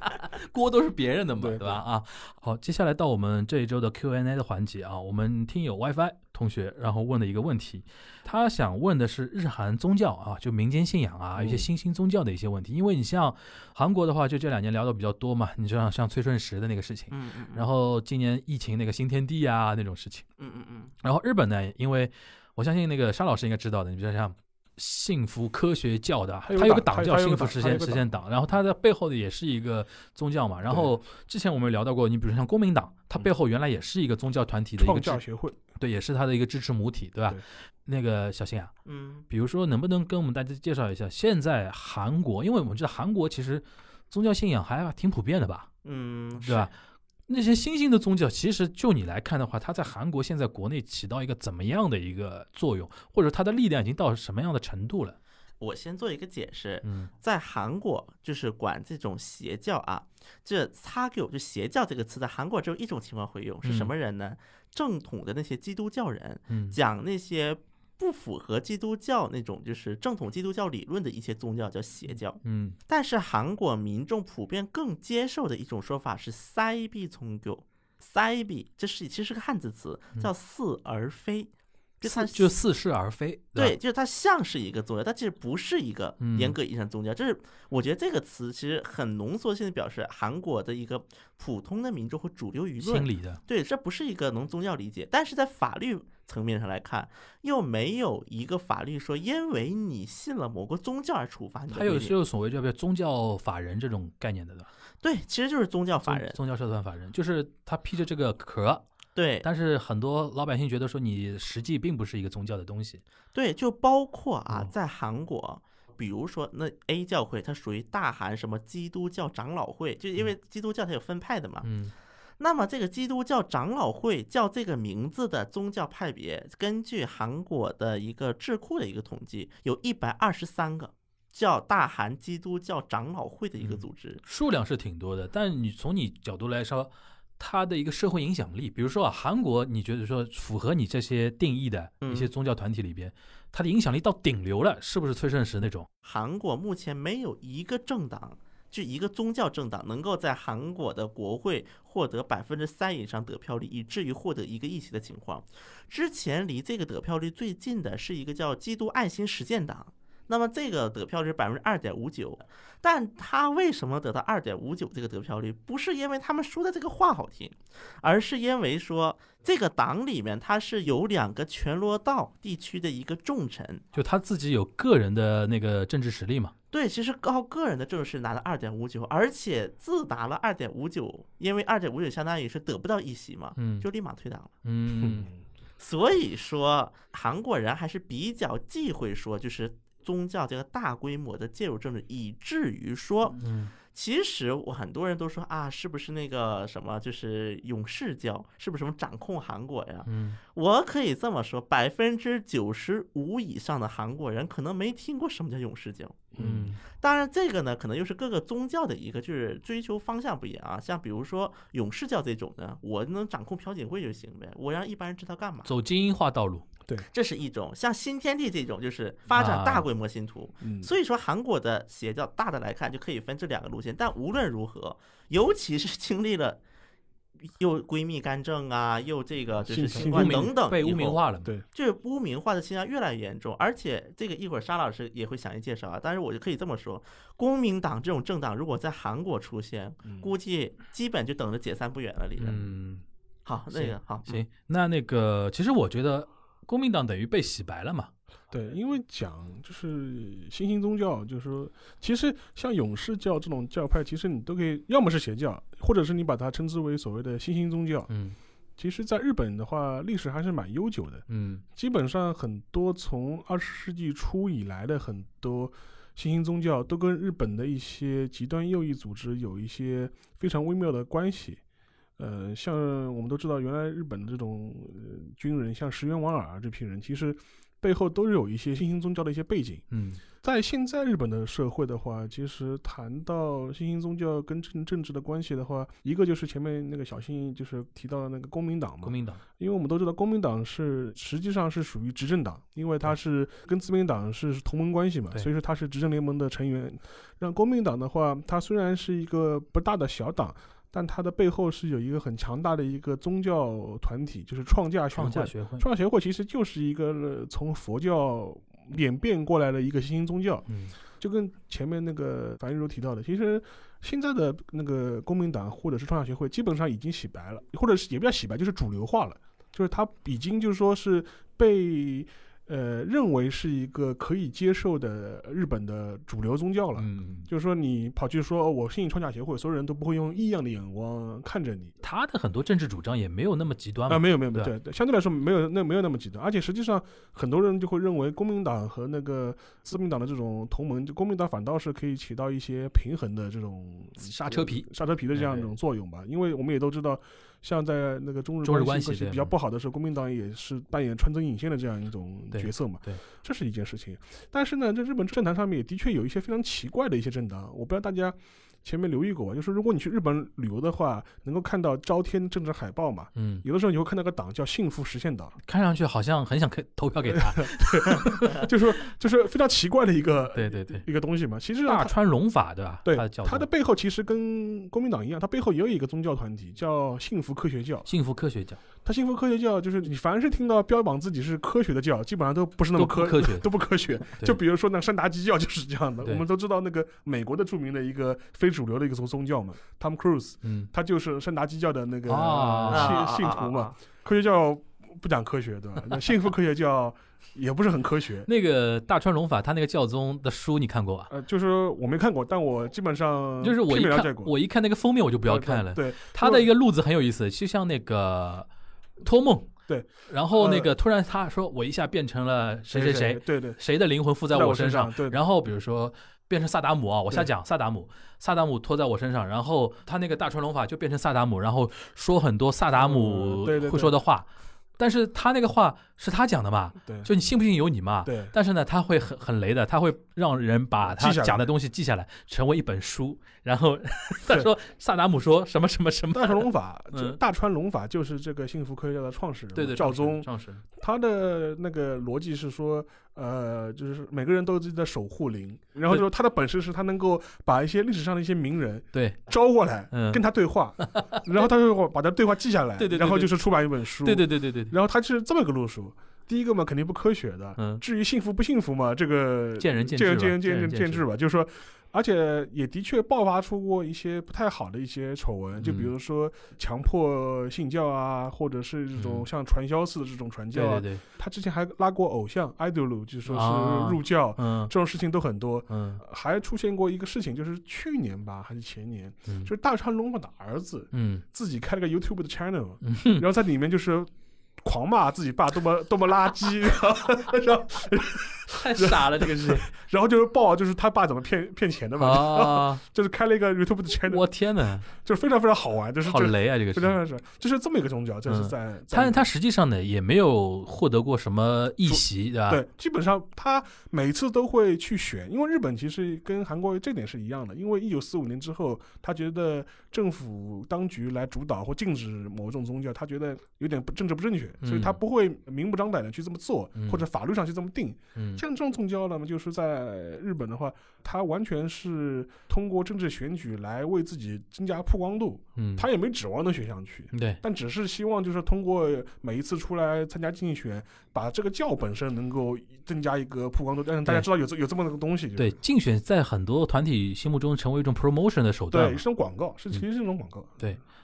Speaker 2: 锅都是别人的嘛，
Speaker 3: 对
Speaker 2: 对吧？啊，好，接下来到我们这一周的 Q&A 的环节啊，我们听友 WiFi 同学然后问的一个问题，他想问的是日韩宗教啊，就民间信仰啊，
Speaker 3: 嗯
Speaker 2: 一些新兴宗教的一些问题，因为你像韩国的话，就这两年聊的比较多嘛，你像像崔顺实的那个事情，
Speaker 4: 嗯嗯，
Speaker 2: 然
Speaker 4: 后
Speaker 2: 后今年疫情那个新天地啊那种事情。
Speaker 4: 嗯嗯嗯，
Speaker 2: 然后日本呢，因为我相信那个沙老师应该知道的，你比如像幸福科学教的，
Speaker 3: 它有
Speaker 2: 它有
Speaker 3: 个
Speaker 2: 个
Speaker 3: 党
Speaker 2: 党
Speaker 3: 它
Speaker 2: 叫
Speaker 3: 有个
Speaker 2: 幸福
Speaker 3: 党
Speaker 2: 实
Speaker 3: 它有
Speaker 2: 现
Speaker 3: 个
Speaker 2: 实现党，然后它的背后的也是一个宗教嘛。然后之前我们聊到过，你比如像公民党，它
Speaker 3: 嗯
Speaker 2: 背后原来也是一个宗教团体的一
Speaker 3: 创
Speaker 2: 个
Speaker 3: 教
Speaker 2: 支，
Speaker 3: 协会，
Speaker 2: 对，也是它的一个支持母体，对吧
Speaker 3: 对？
Speaker 2: 那个小新啊，
Speaker 4: 嗯，
Speaker 2: 比如说能不能跟我们大家介绍一下，现在韩国，因为我们知道韩国其实宗教信仰还挺普遍的吧，
Speaker 4: 嗯，
Speaker 2: 对吧？那些新兴的宗教，其实就你来看的话，它在韩国现在国内起到一个怎么样的一个作用，或者它的力量已经到什么样的程度了？
Speaker 4: 我先做一个解释，
Speaker 2: 嗯
Speaker 4: 在韩国就是管这种邪教啊，这擦给我就邪教这个词，在韩国只有一种情况会用，是什么人呢？正统的那些基督教人，
Speaker 2: 嗯
Speaker 4: 讲那些不符合基督教那种就是正统基督教理论的一些宗教叫邪教。
Speaker 2: 嗯
Speaker 4: 但是韩国民众普遍更接受的一种说法是塞比宗教，塞比这是其实是个汉字词，叫似而非，就它
Speaker 2: 嗯似就似是而非，
Speaker 4: 对，
Speaker 2: 吧，
Speaker 4: 就是它像是一个宗教，但其实不是一个
Speaker 2: 嗯
Speaker 4: 严格意义上的宗教。就是我觉得这个词其实很浓缩性的表示韩国的一个普通的民众和主流舆
Speaker 2: 心
Speaker 4: 论。
Speaker 2: 理的，
Speaker 4: 对，这不是一个能宗教理解，但是在法律层面上来看，又没有一个法律说因为你信了某个宗教而处罚你的
Speaker 2: 它有
Speaker 4: 规定。
Speaker 2: 就所谓叫不叫宗教法人这种概念的，对吧？
Speaker 4: 对，其实就是宗教
Speaker 2: 宗
Speaker 4: 法人。
Speaker 2: 宗教社团法人，就是它披着这个壳，
Speaker 4: 对
Speaker 2: 但是很多老百姓觉得说你实际并不是一个宗教的东西，
Speaker 4: 对，就包括啊，
Speaker 2: 嗯
Speaker 4: 在韩国。比如说，那 A 教会它属于大韩什么基督教长老会，就因为基督教它有分派的嘛，
Speaker 2: 嗯
Speaker 4: 那么这个基督教长老会叫这个名字的宗教派别，根据韩国的一个智库的一个统计，有一百二十三个叫大韩基督教长老会的一个组织。
Speaker 2: 数量是挺多的，但你从你角度来说，它的一个社会影响力，比如说啊，韩国你觉得说符合你这些定义的一些
Speaker 4: 嗯
Speaker 2: 宗教团体里边，它的影响力到顶流了，是不是崔胜实那种？
Speaker 4: 韩国目前没有一个政党，就一个宗教政党能够在韩国的国会获得百分之三以上得票率，以至于获得一个议席的情况。之前离这个得票率最近的是一个叫基督爱心实践党。那么这个得票率百分之二点五九，但他为什么得到二点五九这个得票率？不是因为他们说的这个话好听，而是因为说这个党里面它是有两个全罗道地区的一个重臣，
Speaker 2: 就他自己有个人的那个政治实力嘛？
Speaker 4: 对，其实靠个人的正式拿了二点五九，而且自拿了二点五九，因为二点五九相当于是得不到一席嘛，
Speaker 2: 嗯
Speaker 4: 就立马退党了。
Speaker 2: 嗯，
Speaker 4: 所以说，韩国人还是比较忌讳说，就是宗教这个大规模的介入政治，以至于说，
Speaker 2: 嗯
Speaker 4: 其实我很多人都说啊，是不是那个什么，就是勇士教，是不是什么掌控韩国呀？
Speaker 2: 嗯，
Speaker 4: 我可以这么说，百分之九十五以上的韩国人可能没听过什么叫勇士教。
Speaker 2: 嗯，
Speaker 4: 当然，这个呢，可能又是各个宗教的一个就是追求方向不一样啊。像比如说勇士教这种呢，我能掌控朴槿惠就行呗，我让一般人知道干嘛，
Speaker 2: 走精英化道路，
Speaker 4: 这是一种。像新天地这种，就是发展
Speaker 2: 啊
Speaker 4: 大规模信徒。
Speaker 3: 嗯，
Speaker 4: 所以说，韩国的邪教大的来看，就可以分这两个路线。但无论如何，尤其是经历了又闺蜜干政啊，又这个就是
Speaker 3: 信
Speaker 2: 污
Speaker 4: 新冠
Speaker 3: 信
Speaker 2: 名
Speaker 4: 等等
Speaker 2: 被
Speaker 4: 以
Speaker 2: 污名
Speaker 4: 后
Speaker 2: 化了嘛，
Speaker 3: 对
Speaker 4: 这污名化的现象越来越严重，而且这个一会儿沙老师也会详细介绍啊。但是我就可以这么说，公民党这种政党如果在韩国出现，估计基本就等着解散不远了。离人，
Speaker 2: 嗯。
Speaker 4: 好，那
Speaker 2: 行
Speaker 4: 个好，嗯，
Speaker 2: 行，那那个，其实我觉得公民党等于被洗白了嘛。
Speaker 3: 对，因为讲就是新兴宗教，就是说，其实像勇士教这种教派，其实你都可以，要么是邪教，或者是你把它称之为所谓的新兴宗教。
Speaker 2: 嗯
Speaker 3: 其实，在日本的话，历史还是蛮悠久的，
Speaker 2: 嗯
Speaker 3: 基本上很多从二十世纪初以来的很多新兴宗教，都跟日本的一些极端右翼组织有一些非常微妙的关系。呃，像我们都知道，原来日本的这种、呃、军人，像石原莞尔啊这批人，其实背后都是有一些新兴宗教的一些背景。
Speaker 2: 嗯
Speaker 3: 在现在日本的社会的话，其实谈到新兴宗教跟政政治的关系的话，一个就是前面那个小新就是提到的那个公民党嘛
Speaker 2: 公，民党，
Speaker 3: 因为我们都知道公民党是实际上是属于执政党，因为它是跟自民党是同盟关系嘛，
Speaker 2: 对
Speaker 3: 所以说它是执政联盟的成员。让公民党的话，它虽然是一个不大的小党。但它的背后是有一个很强大的一个宗教团体，就是创价学
Speaker 2: 创价
Speaker 3: 会。
Speaker 2: 学会，
Speaker 3: 创协会其实就是一个呃从佛教演变过来的一个新兴宗教，
Speaker 2: 嗯
Speaker 3: 就跟前面那个樊玉茹提到的，其实现在的那个公民党或者是创协会基本上已经洗白了，或者是也不叫洗白，就是主流化了，就是它已经就是说是被。呃认为是一个可以接受的日本的主流宗教了。
Speaker 2: 嗯，
Speaker 3: 就是说，你跑去说、哦我信穿甲协会，所有人都不会用异样的眼光看着你
Speaker 2: 他的很多政治主张也没有那么极端
Speaker 3: 啊！
Speaker 2: 嘛。
Speaker 3: 没有没有没有，
Speaker 2: 对
Speaker 3: 对对，相对来说没有那没有那么极端，而且实际上很多人就会认为公民党和那个自民党的这种同盟，就公民党反倒是可以起到一些平衡的这种
Speaker 2: 嗯刹车皮，
Speaker 3: 刹车皮的这样
Speaker 2: 哎
Speaker 3: 一种作用吧。因为我们也都知道，像在那个中日
Speaker 2: 中日
Speaker 3: 关
Speaker 2: 关
Speaker 3: 系
Speaker 2: 系对嗯
Speaker 3: 比较不好的时候，国民党也是扮演穿针引线的这样一种
Speaker 2: 对
Speaker 3: 角色嘛。
Speaker 2: 对
Speaker 3: 这是一件事情。但是呢，这日本政坛上面也的确有一些非常奇怪的一些政党，我不知道大家前面留意过吧？就是如果你去日本旅游的话，能够看到朝天政治海报嘛。
Speaker 2: 嗯，
Speaker 3: 有的时候你会看到个党叫“幸福实现 党
Speaker 2: 看上去好像很想可投票给 他。”，
Speaker 3: 就是说就是非常奇怪的一个
Speaker 2: 对对对，
Speaker 3: 一个东西嘛。其实
Speaker 2: 大
Speaker 3: 啊，
Speaker 2: 川龙法对吧？
Speaker 3: 对
Speaker 2: 他的教
Speaker 3: 它的
Speaker 2: 宗
Speaker 3: 背后其实跟国民党一样，它背后也有一个宗教团体叫幸福科学教。
Speaker 2: 幸福科学教
Speaker 3: 它幸福科学教就是你凡是听到标榜自己是科学的教，基本上都不是那么
Speaker 2: 都不
Speaker 3: 科
Speaker 2: 科学
Speaker 3: 都不科学。
Speaker 2: 对
Speaker 3: 就比如说那个山达基教就是这样的，
Speaker 2: 对
Speaker 3: 我们都知道那个美国的著名的一个非主流的一个宗宗教嘛，Tom Cruise，
Speaker 2: 嗯，
Speaker 3: 他就是山达基教的那个
Speaker 2: 啊
Speaker 3: 信信徒嘛
Speaker 4: 啊。。
Speaker 3: 科学教不讲科学，对吧？那幸福科学教也不是很科学。
Speaker 2: 那个大川龙法他那个教宗的书你看过吧？
Speaker 3: 呃，就是我没看过，但我基本上
Speaker 2: 就是我一
Speaker 3: 片面了解
Speaker 2: 看
Speaker 3: 过，
Speaker 2: 我一看那个封面我就不要看了。
Speaker 3: 对，
Speaker 2: 他的一个路子很有意思，就像那个托梦，
Speaker 3: 对，呃
Speaker 2: 然后那个突然他说我一下变成了谁谁谁，
Speaker 3: 对对，
Speaker 2: 谁的灵魂附在
Speaker 3: 在
Speaker 2: 我
Speaker 3: 我
Speaker 2: 身
Speaker 3: 身
Speaker 2: 上
Speaker 3: 上，对
Speaker 2: 然后比如说变成萨达姆啊，我瞎讲萨达姆，萨达姆拖在我身上，然后他那个大川龙法就变成萨达姆，然后说很多萨达姆
Speaker 3: 嗯对对
Speaker 2: 会说的话，但是他那个话是他讲的嘛，
Speaker 3: 对
Speaker 2: 就你信不信由你嘛。
Speaker 3: 对。
Speaker 2: 但是呢，他会很很雷的，他会让人把他
Speaker 3: 记下来
Speaker 2: 讲的东西记下来，成为一本书。然后他说萨达姆说什么什么什么，
Speaker 3: 大川龙法，
Speaker 2: 嗯
Speaker 3: 就大川龙法就是这个幸福科学教的创始人嘛，
Speaker 2: 对对
Speaker 3: 教宗，
Speaker 2: 上神
Speaker 3: 他的那个逻辑是说，呃，就是每个人都有自己的守护灵，然后就说他的本事是他能够把一些历史上的一些名人
Speaker 2: 对
Speaker 3: 招过来，
Speaker 2: 嗯
Speaker 3: 跟他 对话，然后他就把他对话记下来，
Speaker 2: 对对对
Speaker 3: 然后就是出版一本书，
Speaker 2: 对对对对对对，
Speaker 3: 然后他是这么个路数，第一个嘛肯定不科学的，
Speaker 2: 嗯
Speaker 3: 至于幸福不幸福嘛，这个
Speaker 2: 见仁见
Speaker 3: 见
Speaker 2: 智
Speaker 3: 仁
Speaker 2: 吧
Speaker 3: 见仁见
Speaker 2: 见仁
Speaker 3: 仁
Speaker 2: 见
Speaker 3: 见
Speaker 2: 智
Speaker 3: 智吧，就是说，而且也的确爆发出过一些不太好的一些丑闻，就比
Speaker 2: 嗯
Speaker 3: 如说强迫信教啊，或者是这种
Speaker 2: 嗯
Speaker 3: 像传销似的这种传教
Speaker 2: 对
Speaker 3: 啊，
Speaker 2: 对对，
Speaker 3: 他之前还拉过偶像 idol，就说
Speaker 2: 啊
Speaker 3: 是入教、
Speaker 2: 嗯
Speaker 3: 这种事情都很多。
Speaker 2: 嗯
Speaker 3: 还出现过一个事情，就是去年吧，还是前年，
Speaker 2: 嗯
Speaker 3: 就是大川龙马的儿子
Speaker 2: 嗯
Speaker 3: 自己开了个 YouTube 的 channel，、
Speaker 2: 嗯哼
Speaker 3: 然后在里面就是狂骂自己爸多么多么垃圾，然后然后
Speaker 2: 太傻了这个事情
Speaker 3: 然后就是报啊就是他爸怎么骗骗钱的嘛，
Speaker 2: 啊！
Speaker 3: 就是开了一个 YouTube 的 channel，
Speaker 2: 我天哪，
Speaker 3: 就是非常非常好玩，就是
Speaker 2: 好
Speaker 3: 就是
Speaker 2: 雷啊这个事
Speaker 3: 非
Speaker 2: 情。
Speaker 3: 常非常就是这么一个宗教，这是
Speaker 2: 嗯
Speaker 3: 在在
Speaker 2: 他他实际上呢也没有获得过什么议席，对吧？
Speaker 3: 对，基本上他每次都会去选，因为日本其实跟韩国这点是一样的，因为一九四五年之后，他觉得政府当局来主导或禁止某种宗教，他觉得有点不政治不正确，所以他
Speaker 2: 嗯
Speaker 3: 不会明目张胆的去这么做，
Speaker 2: 嗯
Speaker 3: 或者法律上去这么定。
Speaker 2: 嗯
Speaker 3: 像这种宗教呢，就是在日本的话，它完全是通过政治选举来为自己增加曝光度，
Speaker 2: 嗯，
Speaker 3: 他也没指望能选上去。
Speaker 2: 对
Speaker 3: 但只是希望就是通过每一次出来参加竞选，把这个教本身能够增加一个曝光度，让大家
Speaker 2: 对
Speaker 3: 知道有这有这么个东西。就是
Speaker 2: 对，竞选在很多团体心目中成为一种 promotion 的手段
Speaker 3: 对，
Speaker 2: 嘛
Speaker 3: 是，种广告，是
Speaker 2: 嗯
Speaker 3: 其实是一种广告。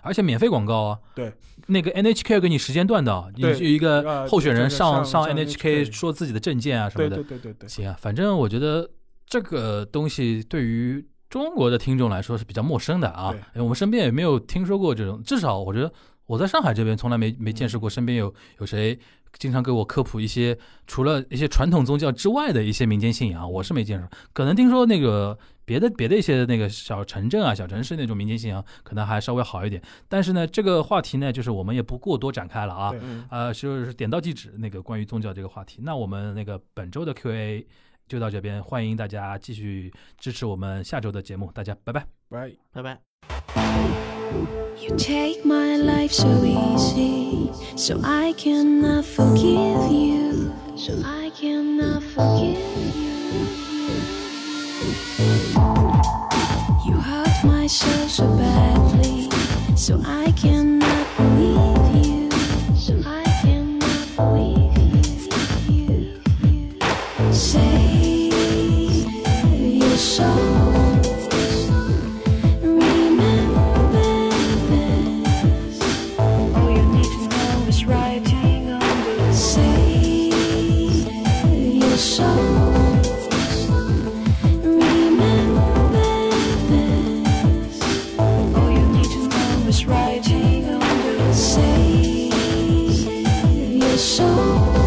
Speaker 2: 而且免费广告啊。
Speaker 3: 对，
Speaker 2: 那个 NHK 要给你时间段的哦，你
Speaker 3: 对
Speaker 2: 有一个
Speaker 3: 呃
Speaker 2: 候选人
Speaker 3: 对
Speaker 2: 上
Speaker 3: 上上
Speaker 2: NHK
Speaker 3: NHK
Speaker 2: 说自己的证件啊什么
Speaker 3: 对
Speaker 2: 的
Speaker 3: 对。对对对，
Speaker 2: 行啊，反正我觉得这个东西对于中国的听众来说是比较陌生的啊
Speaker 3: 对，
Speaker 2: 因为我们身边也没有听说过这种，至少我觉得我在上海这边从来没没见识
Speaker 3: 嗯
Speaker 2: 过身边有有谁经常给我科普一些除了一些传统宗教之外的一些民间信仰，啊我是没见识过，可能听说那个。别的别的一些那个小城镇啊、小城市那种民间信仰，可能还稍微好一点。但是呢，这个话题呢，就是我们也不过多展开了啊。
Speaker 3: 对
Speaker 4: 嗯
Speaker 2: 呃，就是点到即止那个关于宗教这个话题。那我们那个本周的 Q&A 就到这边，欢迎大家继续支持我们下周的节目，大家拜拜。
Speaker 3: 喂，
Speaker 4: 拜拜。
Speaker 5: You take my life so easy, so I cannot forgive you, so I cannot forgive you. You hurt my soul so badly, so I cannot believe you, so I cannot believe you. Save your soul. All you need to know is writing on the same Save your soul.